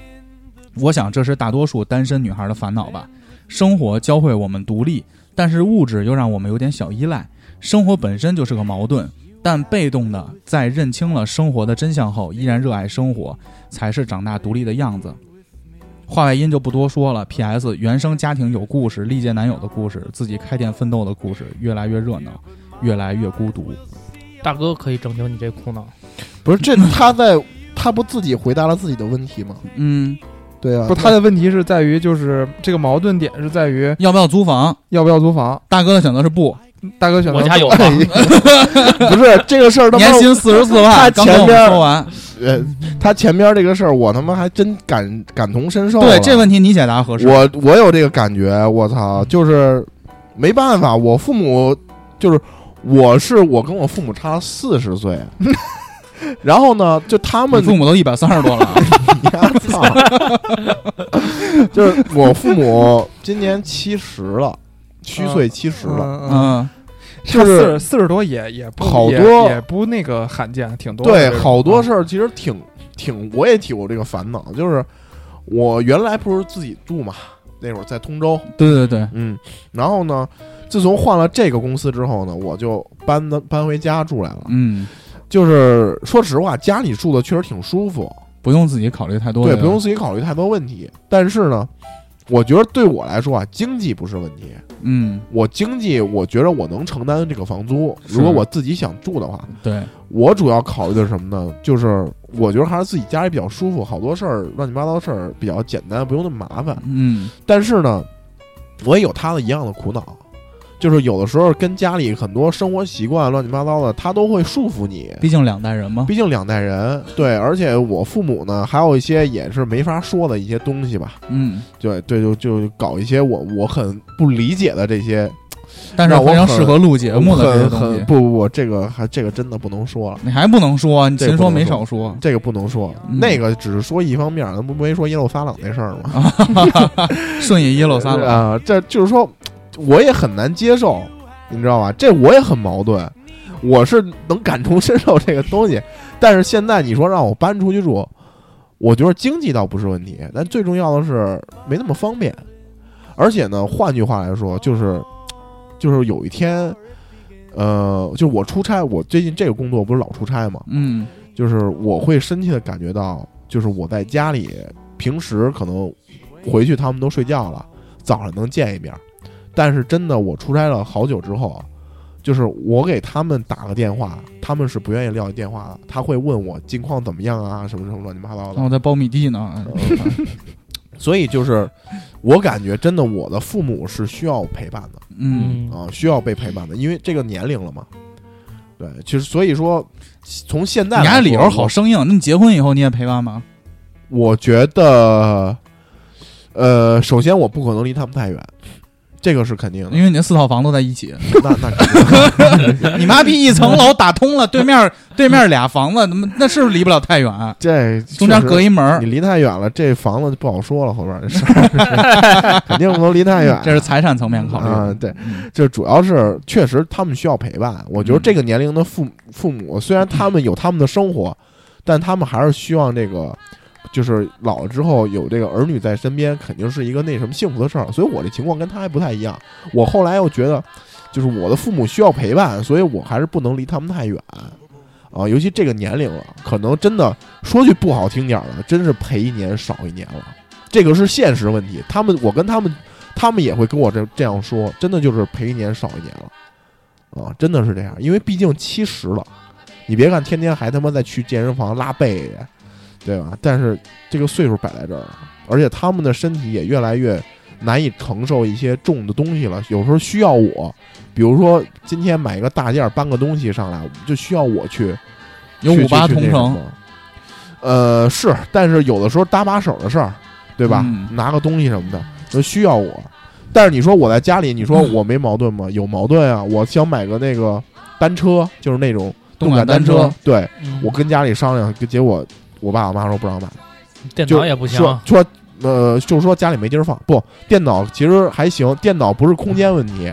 我想，这是大多数单身女孩的烦恼吧。生活教会我们独立，但是物质又让我们有点小依赖。生活本身就是个矛盾，但被动的在认清了生活的真相后，依然热爱生活，才是长大独立的样子。话外音就不多说了。P.S. 原生家庭有故事，历届男友的故事，自己开店奋斗的故事，越来越热闹，越来越孤独。大哥可以拯救你这苦恼，不是这他在他不自己回答了自己的问题吗？嗯，对啊，不，他的问题是在于，就是这个矛盾点是在于要不要租房？要不要租房。大哥的选择是不，大哥选择我家有哎不是这个事儿，他妈 <laughs> 年薪四十四他万，刚跟前我们边说完。呃，他前边这个事儿，我他妈还真感感同身受了。对这问题你嗯解答合适。我我有这个感觉，我操，就是没办法，我父母就是我是我跟我父母差四 <laughs> 十岁，然后呢，就他你们父母都一百三十多了 <laughs> 啊，操，就是我父母今年七十了，虚岁七十了，嗯嗯，嗯，差就四是十四十多也也不好也多也不那个罕见，挺多的对这种好多嗯事儿其实挺挺，我也挺有这个烦恼，就是我原来不是自己住嘛，那会儿在通州，对对对，嗯，然后呢，自从换了这个公司之后呢，我就搬的搬回家住来了。嗯，就是说实话，家里住的确实挺舒服，不用自己考虑太多，对，不用，自己考虑太多问题。但是呢，我觉得对我来说啊，经济不是问题。嗯，我经济，我觉得我能承担这个房租。是如果我自己想住的话，对，我主要考虑的是什么呢？就是我觉得还是自己家里比较舒服，好多事儿乱七八糟的事儿比较简单，不用那么麻烦。嗯，但是呢，我也有他的一样的苦恼，就是有的时候跟家里很多生活习惯乱七八糟的，他都会束缚你。毕竟两代人嘛，毕竟两代人，对，而且我父母呢，还有一些也是没法说的一些东西吧，嗯，对对，就就搞一些我我很不理解的这些但是让我非常很适合录节目的这些很东西很，不不不，这个还这个真的不能说了，你还不能说，你这个秦不说能没说少说，这个不能说，嗯那个只是说一方面，咱不没说耶路撒冷那事儿吗？顺义一漏三了，啊，这就是说，我也很难接受，你知道吧？这我也很矛盾，我是能感同身受这个东西，但是现在你说让我搬出去住，我觉得经济倒不是问题，但最重要的是没那么方便，而且呢，换句话来说，就是就是有一天。呃，就我出差，我最近这个工作不是老出差嘛，嗯，就是我会深切的感觉到，就是我在家里平时可能回去他们都睡觉了，早上能见一面，但是真的我出差了好久之后，就是我给他们打个电话，他们是不愿意撂电话的，他会问我近况怎么样啊，什么什么乱七八糟那的，我在苞米地 <laughs> 呢，嗯所以就是我感觉真的我的父母是需要陪伴的。嗯，嗯，啊，需要被陪伴的，因为这个年龄了嘛。对，其实所以说，从现在你来按理说由好生硬，那你结婚以后你也陪伴吗？我觉得，呃，首先我不可能离他们太远，这个是肯定的。因为你那四套房都在一 <laughs> 起，那那 <laughs> 肯定你妈逼一层楼打通了，对 <laughs> 面对面俩房子，那么那是不是离不了太远？这中间隔一，一门儿你，离太远了，这房子就不好说了，后边儿这事 <laughs> 儿肯定不能离太远。这是财产层面考啊、虑。对嗯，这主要是确实他们需要陪伴。我觉得这个年龄的父父母虽然他们有他们的生活，但他们还是希望这个。就是老了之后有这个儿女在身边，肯定是一个那什么幸福的事儿。所以我这情况跟他还不太一样。我后来又觉得，就是我的父母需要陪伴，所以我还是不能离他们太远啊。尤其这个年龄了，可能真的说句不好听点儿的，真是陪一年少一年了。这个是现实问题。他们，我跟他们他们也会跟我这这样说，真的就是赔一年少一年了，啊，真的是这样，因为毕竟七十了，你别看天天还他妈在去健身房拉背去，对吧？但是这个岁数摆在这儿了，而且他们的身体也越来越难以承受一些重的东西了，有时候需要我，比如说今天买一个大件儿搬个东西上来，就需要我去有去五八去同去那什城么，呃，是，但是有的时候搭把手的事儿，对吧？嗯拿个东西什么的都需要我。但是你说我在家里，你说嗯我没矛盾吗？有矛盾啊！我想买个那个单车，就是那种动感感单车车。，对嗯我跟家里商量，结果我爸我妈说不让买，电就脑也不行，啊说说呃，就是说家里没地儿放。不，电脑其实还行，电脑不是空间问题，你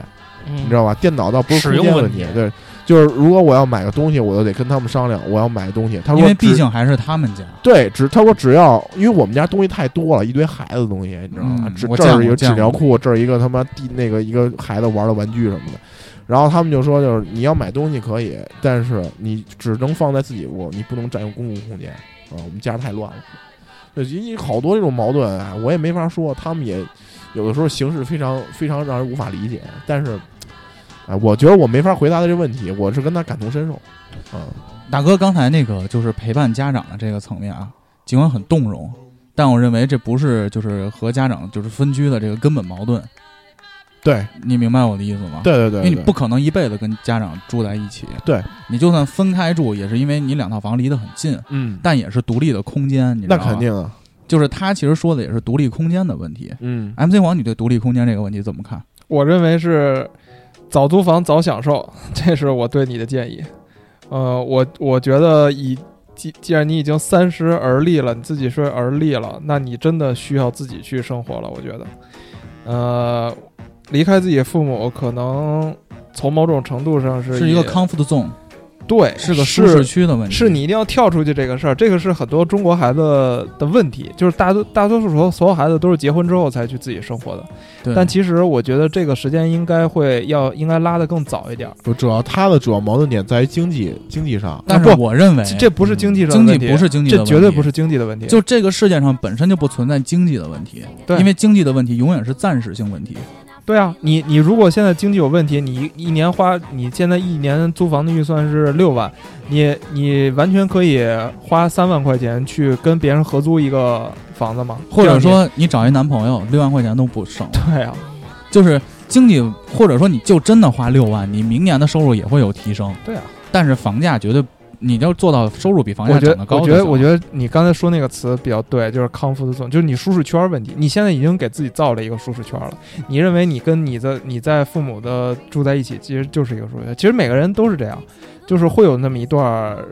嗯你知道吧？电脑倒不是使空用间问题题，对，就是如果我要买个东西，我就得跟他们商量，我要买个东西。他说只，因为毕竟还是他们家。对，只他说只要，因为我们家东西太多了，一堆孩子的东西，你知道吗？嗯这我这见儿过一个见纸尿过裤，这儿一个他妈地那个一个孩子玩的玩具什么的。然后他们就说，就是你要买东西可以，但是你只能放在自己屋，你不能占用公共空间啊！我们家太乱了，对，因为好多这种矛盾啊，我也没法说，他们也有的时候形式非常非常让人无法理解。但是，啊，我觉得我没法回答他这问题，我是跟他感同身受，啊，大哥刚才那个就是陪伴家长的这个层面啊，尽管很动容，但我认为这不是就是和家长就是分居的这个根本矛盾。对你明白我的意思吗？，对对对，因为你对不可能一辈子跟家长住在一起，对，你就算分开住，也是因为你两套房离得很近，嗯，但也是独立的空间，你知道那吗肯，定啊，就是他其实说的也是独立空间的问题。嗯， MC 黄，你对独立空间这个问题怎么看？我认为是早租房早享受， <laughs> 这是我对你的建议。呃，我我觉得以既既然你已经三十而立了，你自己说而立了，那你真的需要自己去生活了。我觉得，呃，离开自己父母，可能从某种程度上是是一个也 comfort zone，对，是个舒是适区的问题。是你一定要跳出去这个事儿，这个是很多中国孩子的问题，就是大多大多数时候所有孩子都是结婚之后才去自己生活的，对，但其实我觉得这个时间应该会要应该拉得更早一点儿，不，主要他的主要矛盾点在于经济经济上，但是啊我认为这这不是经济上的经济问题不是经济的这问题，绝对不。是经济的问题。就这个世界上本身就不存在经济的问题，对因为经济的问题永远是暂时性问题。对啊，你你如果现在经济有问题，你一一年花你现在一年租房的预算是六万，你你完全可以花三万块钱去跟别人合租一个房子嘛，或者这样说你找一男朋友，六万块钱都不省，你对啊，就是经济，或者说你就真的花六万，你明年的收入也会有提升，对啊。但是房价绝对你要做到收入比房价我觉涨得得，高我就觉行了。得，我觉得你刚才说那个词比较对，就是康复的作用，就是你舒适圈问题。你现在已经给自己造了一个舒适圈了。你认为你跟你的你在父母的住在一起，其实就是一个舒适圈。其实每个人都是这样，就是会有那么一段儿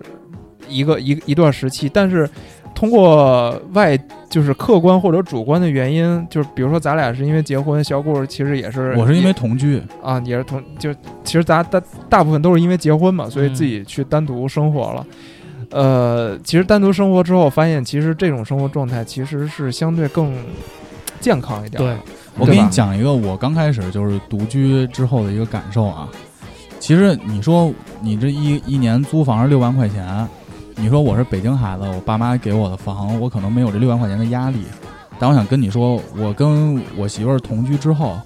一个一一段时期，但是通过外就是客观或者主观的原因，就是比如说咱俩是因为结婚，小顾其实也是我是因为也同居，啊也是同就其实咱大大部分都是因为结婚嘛，所以嗯自己去单独生活了。呃，其实单独生活之后，发现其实这种生活状态其实是相对更健康一点。对，我给对你吧讲一个我刚开始就是独居之后的一个感受啊。其实你说你这一一年租房六万块钱，你说我是北京孩子，我爸妈给我的房，我可能没有这六万块钱的压力。但我想跟你说，我跟我媳妇儿同居之后，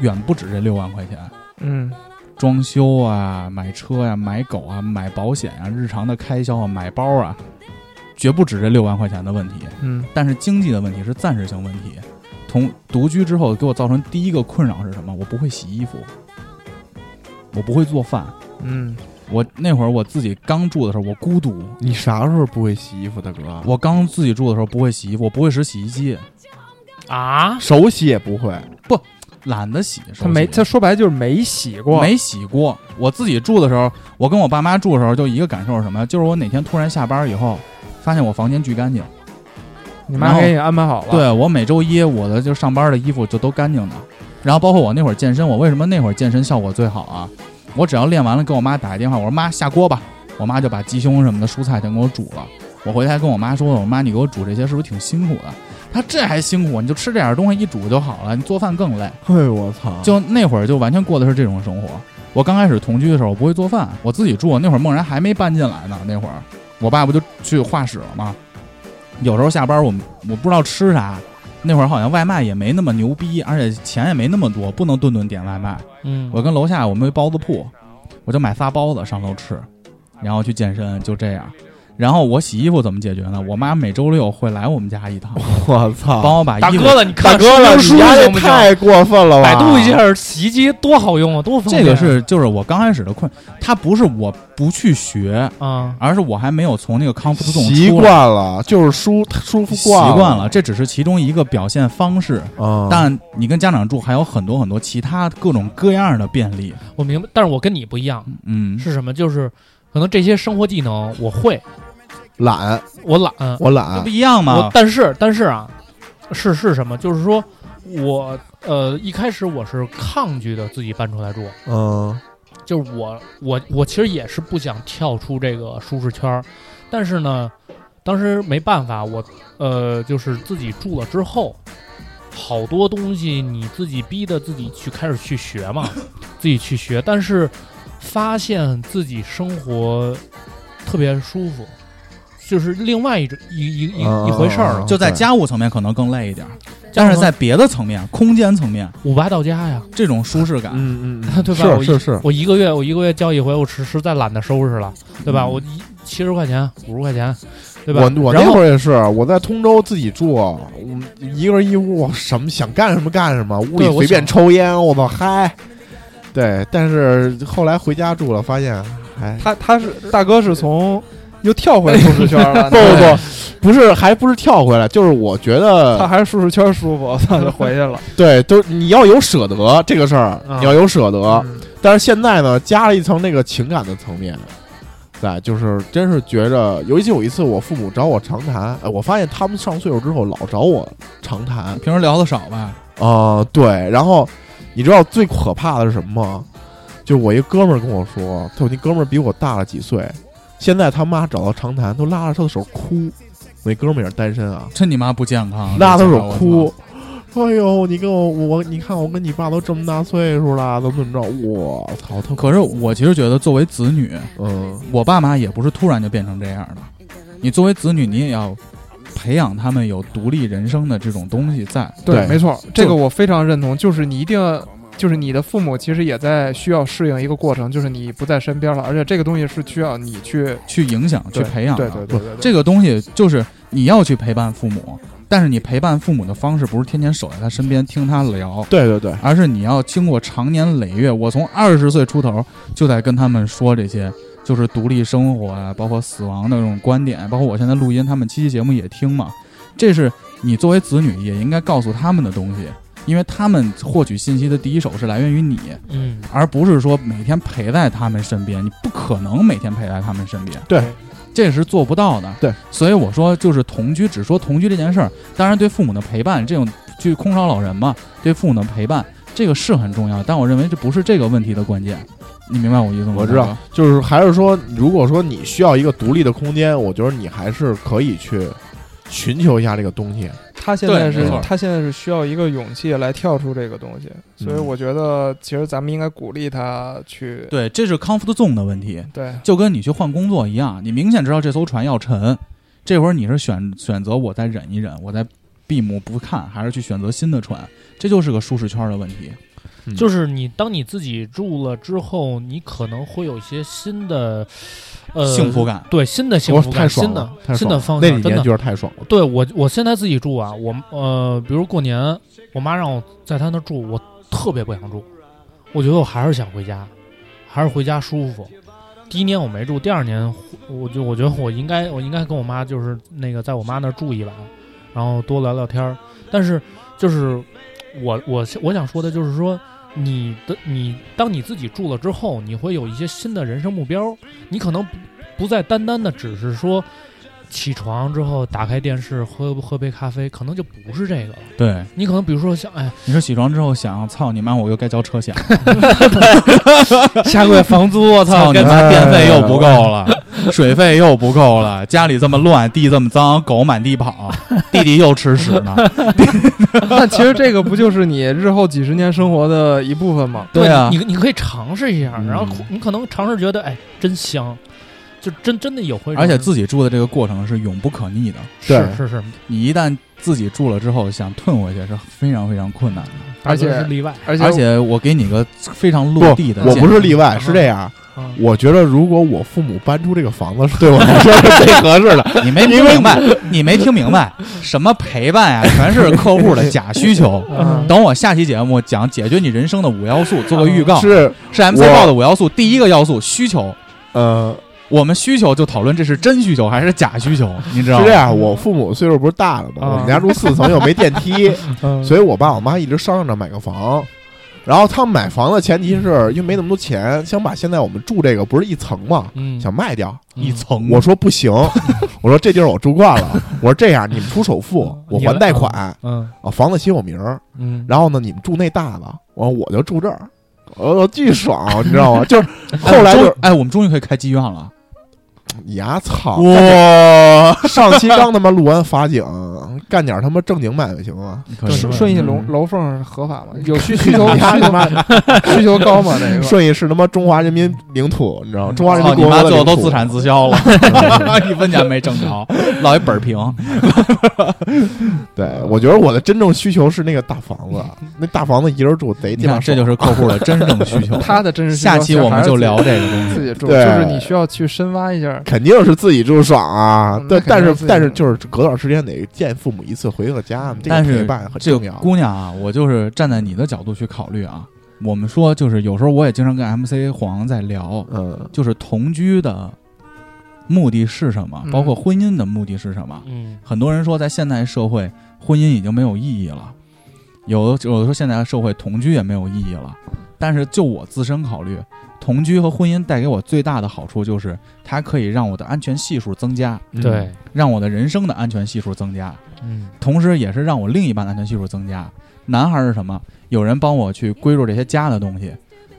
远不止这六万块钱，嗯，装修啊、买车呀、买狗啊、买保险啊、日常的开销啊、买包啊，绝不止这六万块钱的问题。嗯，但是经济的问题是暂时性问题。同独居之后给我造成第一个困扰是什么？我不会洗衣服，我不会做饭。嗯，我那会儿我自己刚住的时候，我孤独。你啥时候不会洗衣服，大哥？我刚自己住的时候不会洗衣服，我不会使洗衣机，啊，手洗也不会，懒得洗。手他没，洗他说白就是没洗过，没洗过。我自己住的时候，我跟我爸妈住的时候，就一个感受是什么？就是我哪天突然下班以后，发现我房间巨干净。你然妈后给你安排好了。，对我每周一我的就上班的衣服就都干净的，然后包括我那会儿健身，我为什么那会儿健身效果最好啊？我只要练完了，跟我妈打一电话，我说妈下锅吧，我妈就把鸡胸什么的蔬菜全给我煮了。我回来跟我妈说，我说妈你给我煮这些是不是挺辛苦的？她说这还辛苦，你就吃这点东西一煮就好了，你做饭更累。嘿，我操！就那会儿就完全过的是这种生活。我刚开始同居的时候，我不会做饭，我自己住。那会儿梦然还没搬进来呢，那会儿我爸不就去画室了吗？有时候下班我们我不知道吃啥，那会儿好像外卖也没那么牛逼，而且钱也没那么多，不能顿顿点外卖。嗯，我跟楼下我们有一包子铺，我就买仨包子上楼吃，然后去健身，就这样。然后我洗衣服怎么解决呢？我妈每周六会来我们家一趟，我操！帮我把大衣服哥了，你大看哥了，说你明丫书这行不行？太过分了吧！百度一，下洗衣机多好用啊，多方这便。个是就是我刚开始的困，它不是我不去学，啊，而是我还没有从那个康复中习出惯来了，就是舒舒服习惯了了，这只是其中一个表现方式。啊！但你跟家长住还有很多很多其他各种各样的便利，我明白，但是我跟你不一样，嗯，是什么？就是可能这些生活技能我会，懒，我懒，呃啊我这懒不，一样我吗？但是但是啊，是是什么？就是说我呃一开始我是抗拒的自己搬出来住，嗯，就是我我我其实也是不想跳出这个舒适圈儿，但是呢，当时没办法，我呃就是自己住了之后，好多东西你自己逼的自己去开始去学嘛， <laughs> 自己去学，但是发现自己生活特别舒服，就是另外一种一一一啊一回事儿了。就在家务层面可能更累一点，但是在别的层面，空间层面，五八到家呀， <laughs> 这种舒适感，嗯嗯对吧我是是一是，我一个月我一个月交一回，我实实在懒得收拾了，对吧？嗯我一七十块钱五十块钱，对吧？我我然那后会儿也是，我在通州自己住，我一个人一屋，我什么想干什么干什么，屋里对我随便想抽烟，我操嗨。对，但是后来回家住了，发现哎，他他是大哥是从又跳回舒适圈 <laughs> 了， <laughs> 不不不，不是，还不是跳回来，就是我觉他得还是舒适圈舒服，他就回去了。对，都你要有舍得这个事儿，啊你要有舍得。嗯但是现在呢，加了一层那个情感的层面，在就是真是觉着，尤其有一次我父母找我长谈，哎，我发现他们上岁数之后老找我长谈，平时聊的少吧？啊、对，然后你知道最可怕的是什么吗？就是我一哥们儿跟我说，他有那哥们儿比我大了几岁，现在他妈找到长谈都拉着他的手哭，我那哥们儿也是单身啊，趁你妈不健康，拉着这他手家伙哭，哎呦，你跟我我你看我跟你爸都这么大岁数了，怎么怎么着？我操，他可是我其实觉得，作为子女，嗯我爸妈也不是突然就变成这样的。你作为子女，你也要培养他们有独立人生的这种东西在。对没错，这个我非常认同，就是你一定要。就是你的父母其实也在需要适应一个过程，就是你不在身边了，而且这个东西是需要你去去影响、去对培养的。啊对对对对对，这个东西就是你要去陪伴父母，但是你陪伴父母的方式不是天天守在他身边听他聊，对对对，而是你要经过长年累月。我从二十岁出头就在跟他们说这些，就是独立生活啊，包括死亡的这种观点，包括我现在录音，他们七期节目也听嘛。这是你作为子女也应该告诉他们的东西，因为他们获取信息的第一手是来源于你，嗯，而不是说每天陪在他们身边。你不可能每天陪在他们身边，对，这是做不到的。对，所以我说就是同居，只说同居这件事儿，当然对父母的陪伴，这种去空巢老人嘛，对父母的陪伴，这个是很重要。但我认为这不是这个问题的关键，你明白我意思吗？我知道，就是还是说，如果说你需要一个独立的空间，我觉得你还是可以去寻求一下这个东西。他现在对没是错他现在是需要一个勇气来跳出这个东西，所以嗯我觉得其实咱们应该鼓励他去对，这是 comfort zone 的问题，对就跟你去换工作一样，你明显知道这艘船要沉，这会儿你是选选择我再忍一忍，我再闭目不看，还是去选择新的船，这就是个舒适圈的问题。就是你当你自己住了之后，你可能会有一些新的呃幸福感，对新的幸我福太感，爽新的了，太爽新的了方那向，几真年的觉得太爽了。对我，我现在自己住啊，我呃，比如过年，我妈让我在她那儿住，我特别不想住，我觉得我还是想回家，还是回家舒服。第一年我没住，第二年我就我觉得我应该我应该跟我妈就是那个在我妈那儿住一晚，然后多聊聊天儿。但是就是我我我想说的就是说，你的你当你自己住了之后，你会有一些新的人生目标，你可能不不再单单的只是说起床之后打开电视喝喝杯咖啡，可能就不是这个了。对，你可能比如说像哎，你说起床之后想，操你妈，我又该交车险了，下个月房租我操你妈，电费又不够了，水费又不够了，家里这么乱，地这么脏，狗满地跑，弟弟又吃屎呢。 <laughs> 那其实这个不就是你日后几十年生活的一部分吗？对对啊你你可以尝试一下，嗯然后你可能尝试觉得哎真香，就真真的有会，而且自己住的这个过程是永不可逆的，是对是是，你一旦自己住了之后，想退回去是非常非常困难的。而且大哥是例外，而且而且我给你个非常不落地的，我不是例外，嗯是这样。嗯我觉得如果我父母搬出这个房子，是对我来说是最合适 <laughs> 的。外，你没听明白，你没听明白什么陪伴呀、全是客户的假需求。嗯等我下期节目讲解决你人生的五要素，做个预告。嗯是是 MC 我报的五要素，第一个要素需求，呃，我们需求就讨论这是真需求还是假需求，你知道是吗？这样。我父母岁数不是大了吗？啊我们家住四层又没电梯，嗯所以我爸我妈一直商量着买个房。然后他们买房的前提是因为没那么多钱，想把现在我们住这个不是一层嘛，嗯想卖掉。一层，我说不行，我说这地儿我住惯了。我说这样，你们出首付，我还贷款啊，嗯房子写我名儿。嗯，然后呢，你们住那大的，我我就住这儿，呃，巨爽，你知道吗？就是后来哎我们终就于哎，我们终于可以开妓院了，你丫操！哇！上期刚他妈录完法警，干点他妈正经买卖行吗？可以顺顺义楼嗯楼缝合法吗？有 <laughs> 需需求你丫需他求妈需求高吗？这个 <laughs> 顺义是他妈中华人民领土，你知道吗？中华人操嗯哦你民共和妈！最国的后都领土自产自销 <laughs> 了，一分钱没挣着，落一本平。对，我觉得我的真正需求是那个大房子，那大房子一人住贼嗯你鸡巴看，爽。这就是客户的真正需求。 <laughs> 他的真实需求下期我们就聊这个东自嗯西。己住，就对是你需要去深挖一下是肯定是自己住爽啊嗯。那对，肯但定是是自己但是住就是隔段时间得见父母一次，回个家，这个但是陪伴很这个重要。姑娘啊，我就是站在你的角度去考虑啊。我们说，就是有时候我也经常跟 MC 黄在聊，嗯，就是同居的目的是什么，嗯包括婚姻的目的是什么。嗯，很多人说，在现代社会，婚姻已经没有意义了。有的有的说，现在社会同居也没有意义了。但是就我自身考虑，同居和婚姻带给我最大的好处就是，它可以让我的安全系数增加，对，让我的人生的安全系数增加。嗯同时也是让我另一半的安全系数增加。男孩儿是什么？有人帮我去归入这些家的东西，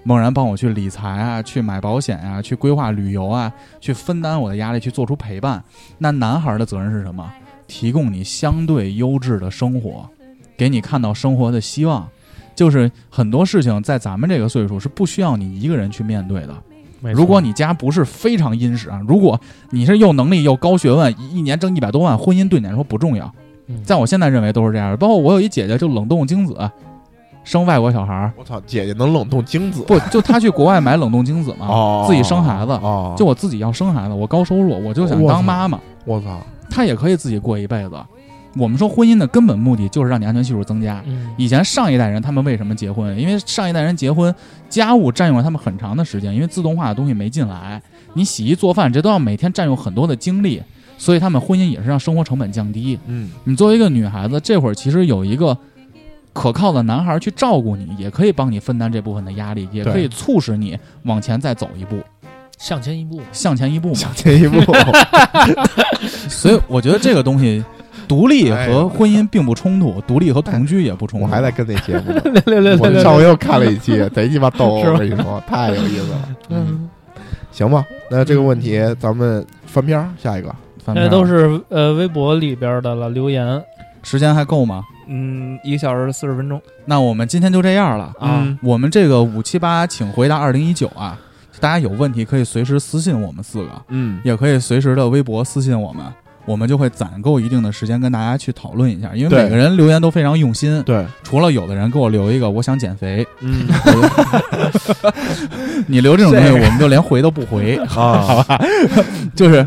猛然帮我去理财啊，去买保险啊，去规划旅游啊，去分担我的压力，去做出陪伴。那男孩儿的责任是什么？提供你相对优质的生活，给你看到生活的希望。就是很多事情在咱们这个岁数是不需要你一个人去面对的。没错如果你家不是非常殷实啊，如果你是又能力又高学问，一一年挣一百多万，婚姻对你来说不重要。嗯在我现在认为都是这样的。包括我有一姐姐就冷冻精子，啊生外国小孩儿，我操，姐姐能冷冻精子不就她去国外买冷冻精子嘛， <laughs> 哦，自己生孩子。哦，就我自己要生孩子，我高收入，我就想我操当妈妈，我操，她也可以自己过一辈子。我们说婚姻的根本目的就是让你安全系数增加。嗯以前上一代人他们为什么结婚？因为上一代人结婚，家务占用了他们很长的时间，因为自动化的东西没进来，你洗衣做饭这都要每天占用很多的精力，所以他们婚姻也是让生活成本降低。 <laughs> 嗯， <laughs> 你作为一个女孩子，这会儿其实有一个可靠的男孩去照顾你，也可以帮你分担这部分的压力，也可以促使你往前再走一步，向前一 <laughs> 步，向前一步嘛。想前一步，所以我觉得这个东西，独立 <laughs> 哎呀和婚姻并不冲突，独立和同居也不冲突。我还在跟那节目呢。六六六我六上六，回又看了一期，贼鸡巴逗，是吧我跟你说，太有意思了。嗯，行吧，那这个问题咱们翻篇儿，下一个。翻篇这儿都是呃微博里边的了留言，时间还够吗？嗯，一个小时四十分钟那我们今天就这样了。啊，我们这个五七八，请回答二零一九啊！大家有问题可以随时私信我们四个，嗯，也可以随时的微博私信我们，我们就会攒够一定的时间跟大家去讨论一下，因为对每个人留言都非常用心。对，除了有的人给我留一个我想减肥，嗯 <laughs> 你留这种东西，我们就连回都不 <laughs> 回，啊， <laughs> 就是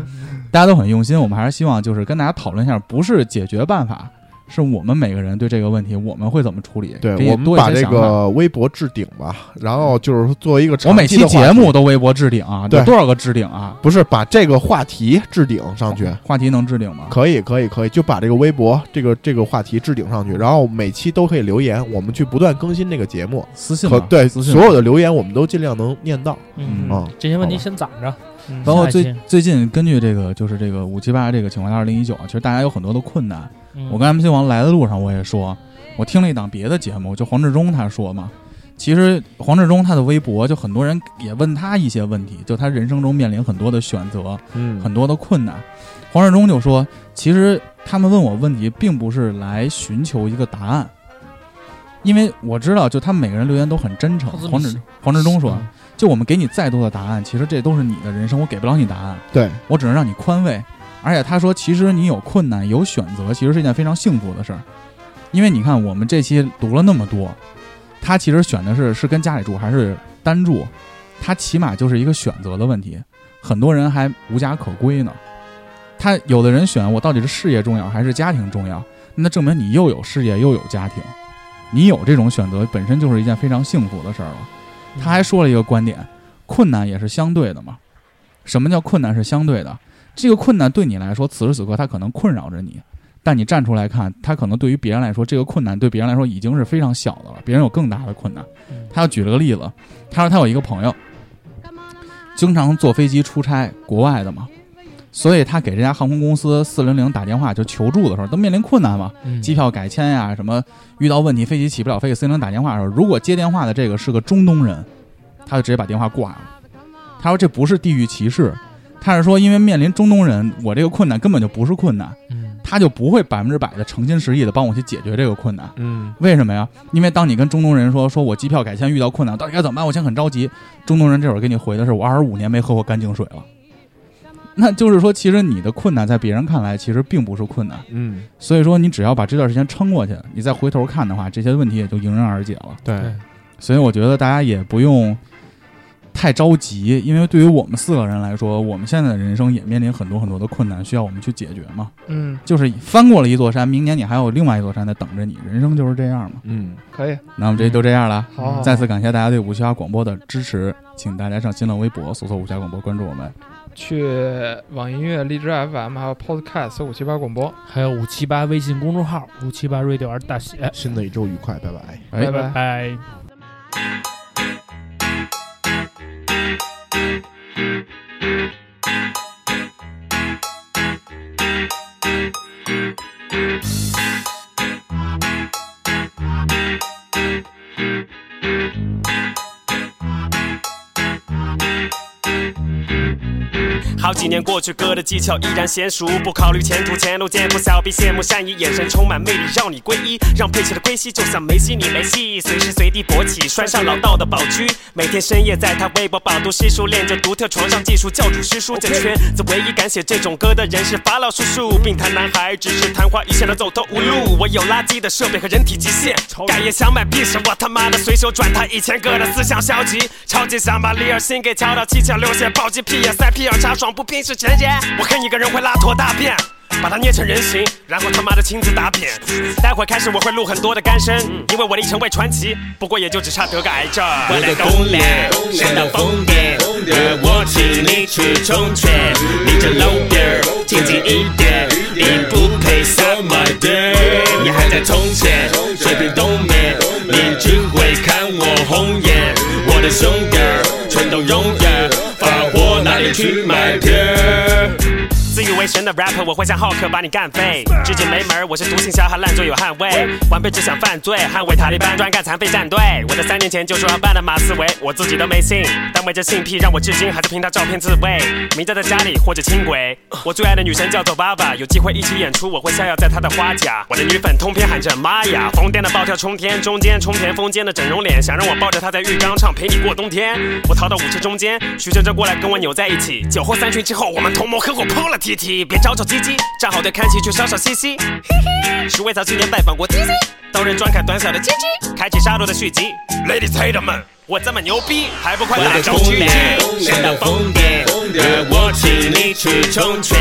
大家都很用心，我们还是希望就是跟大家讨论一下，不是解决办法，是我们每个人对这个问题我们会怎么处理， <laughs> 对给，你我们多一把些这想法。个微博置顶吧，然后就是作为一个我长每期期的话节题目都微博置顶啊，对有多少个置顶啊？不是把这个话题置顶上去，话题能置顶吗？可以，可以，可以，就把这个微博这个这个话题置顶上去，然后每期都可以留言，我们去不断更新这个节目。私信可吧，对，私信所有的留言我们都尽量能念到嗯嗯啊。这些问题好吧先攒着，嗯包括下最一期最近根据这个就是这个五七八这个情况下，二零一九，啊其实大家有很多的困难。嗯我跟 MC 王来的路上我也说，我听了一档别的节目，就黄志忠他说嘛，其实黄志忠他的微博就很多人也问他一些问题，就他人生中面临很多的选择，嗯很多的困难。黄志忠就说，其实他们问我问题，并不是来寻求一个答案，因为我知道，就他们每个人留言都很真诚我这。么黄志想黄志忠说，啊就我们给你再多的答案，其实这都是你的人生，我给不了你答案。对，我只能让你宽慰。而且他说，其实你有困难、有选择，其实是一件非常幸福的事儿。因为你看，我们这期读了那么多，他其实选的是是跟家里住还是单住，他起码就是一个选择的问题。很多人还无家可归呢。他有的人选我到底是事业重要还是家庭重要，那证明你又有事业又有家庭，你有这种选择本身就是一件非常幸福的事儿了。他还说了一个观点：困难也是相对的嘛。什么叫困难是相对的？这个困难对你来说，此时此刻它可能困扰着你，但你站出来看，它可能对于别人来说，这个困难对别人来说已经是非常小的了，别人有更大的困难嗯。他又举了个例子，他说他有一个朋友，经常坐飞机出差，国外的嘛，所以他给这家航空公司四零零打电话就求助的时候，都面临困难嘛，嗯机票改签呀、啊什么遇到问题飞机起不了飞，给 C 零打电话的时候，如果接电话的这个是个中东人，他就直接把电话挂了。他说这不是地域歧视，他是说因为面临中东人，我这个困难根本就不是困难，嗯他就不会百分之百的诚心实意的帮我去解决这个困难。嗯，为什么呀？因为当你跟中东人说说我机票改签遇到困难，到底该怎么办？我现在很着急。中东人这会儿给你回的是我二十五年没喝过干净水了。那就是说，其实你的困难在别人看来其实并不是困难，嗯，所以说，你只要把这段时间撑过去，你再回头看的话，这些问题也就迎刃而解了。对对所以我觉得大家也不用太着急，因为对于我们四个人来说，我们现在的人生也面临很多很多的困难，需要我们去解决嘛。嗯，就是翻过了一座山，明年你还有另外一座山在等着你，人生就是这样嘛。嗯，可以，那我们这期就这样了，好好好再次感谢大家对无暇广播的支持，请大家上新浪微博搜索“无暇广播”，关注我们。去网易音乐、荔枝 FM 还有 Podcast 搜五七八广播，还有五七八微信公众号五七八 radio 大哎写，新的一周愉快，拜拜。哎拜拜拜。好几年过去，哥的技巧依然娴熟，不考虑前途，前路艰苦，小臂羡慕善意，眼神充满魅力，让你归依，让佩奇的归西就像梅西你没戏，随时随地勃起，拴上老道的宝驹，每天深夜在他微博饱读诗书，练着独特床上技术，教主师叔这圈子唯一敢写这种歌的人是法老叔叔，病态男孩只是昙花一现的走投无路，我有垃圾的设备和人体极限，敢也想买屁事，我他妈的随手转他一千个的思想消极，超级想把里尔辛给敲到七窍流血，暴击屁眼塞屁眼插爽，不拼是前人，我恨一个人会拉坨大便。把它捏成人形，然后他妈的亲自打扁。待会儿开始我会录很多的干声，因为我的一成为传奇，不过也就只差得个癌症。我的公脸神到疯癫，让我请你去充拳，你这 low 点儿，静静一点，你不配 summer day，你还在从前，水平冬眠，你只会看我红眼，我的兄弟儿全都永远，发货哪里去买票？自以为神的 rapper，我会像浩克把你干废。至今没门儿，我是独行侠和烂作有捍卫。晚辈只想犯罪，捍卫塔利班，专干残废战队。我在三年前就说要办的马思唯，我自己都没信。但为这性癖让我至今还在凭他照片自慰。迷在在家里或者轻轨。我最爱的女神叫做娃娃，有机会一起演出，我会逍遥在她的花甲。我的女粉通篇喊着妈呀，疯癫的暴跳冲天，中间冲田风间的整容脸，想让我抱着她在浴缸唱陪你过冬天。我逃到舞池中间，徐真真过来跟我扭在一起。酒后三巡之后，我们同谋合伙剖了 TT，别找找唧唧，站好队看齐却少少嘻嘻。是为草青年拜访过 T C，刀人专砍短小的 G G，开启杀戮的续集。Ladies hater 们，我这么牛逼，还不快我打的着公狙脸神到疯癫，让我请你去充拳，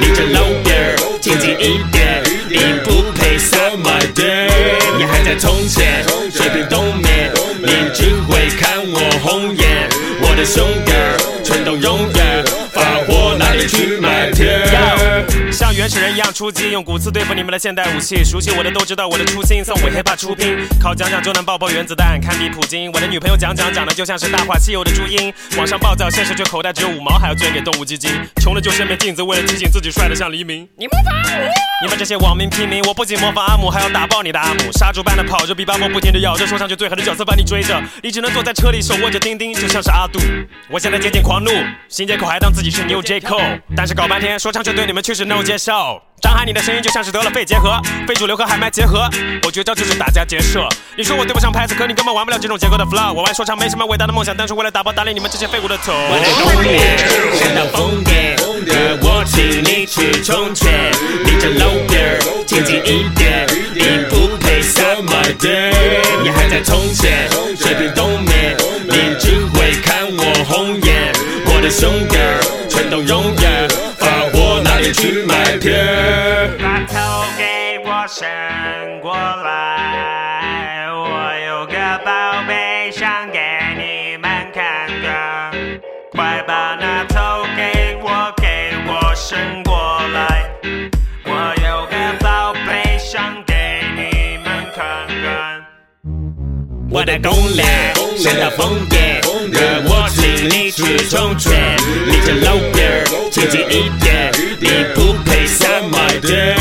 你这 low 点儿，静静一点，你不配 summer day，你还在从前，水平冬眠，你只会看我红眼，我的兄弟儿全都永远，发货哪里去买票？ Yo，像原始人一样出击，用骨刺对付你们的现代武器。熟悉我的都知道我的初心，送我 hiphop 出拼，靠讲讲就能爆爆原子弹，堪比普京。我的女朋友讲讲讲的就像是《大话西游》的朱茵，网上暴躁，现实却口袋只有五毛，还要捐给动物基金。穷的就身边镜子，为了提醒自己帅得像黎明。你模仿我，你们这些网民批评，我不仅模仿阿姆，还要打爆你的阿姆。杀猪般的跑着，比巴莫不停的咬着，说唱就最狠的角色把你追着，你只能坐在车里手握着钉钉，就像是阿杜。我现在接近狂怒，新街口还当自己是 New J Cole，但是搞半天说唱却对你们确实 no 接受。张翰，你的声音就像是得了肺结核，非主流和海麦结合。我绝招就是打家劫舍。你说我对不上拍子，可你根本玩不了这种结构的 flow。我玩说唱没什么伟大的梦想，但是为了打包打理你们这些废物的头。我的公脸神到疯癫，让我请你去充拳，你这 low 点儿，静静一点，你不配 summer day，你还在从前，水平冬眠，你只会看我红眼，我的兄弟儿全都永远，发货哪里去买票？把头给我伸过来，我有个宝贝想给你们看看，快把那头给我给我伸过来，我有个宝贝想给你们看看。我的公脸神到疯癫，让我请你去充拳，你这 low 点儿，清静一点，你不配 summer day，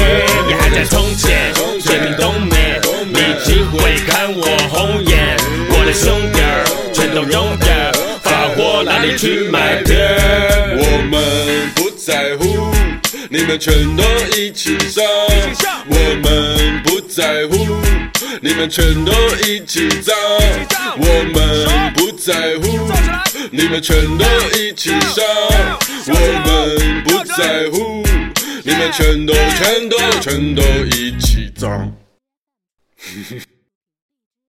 你还在从前，水平冬眠，你只会看我红眼，我的兄弟儿全都永远，发货哪里去买票？我们不在乎，你们全都一起上。我们不在乎，你们全都一起脏。我们不在乎，你们全都一起上。我们不在乎，你们全都全都全都一起脏。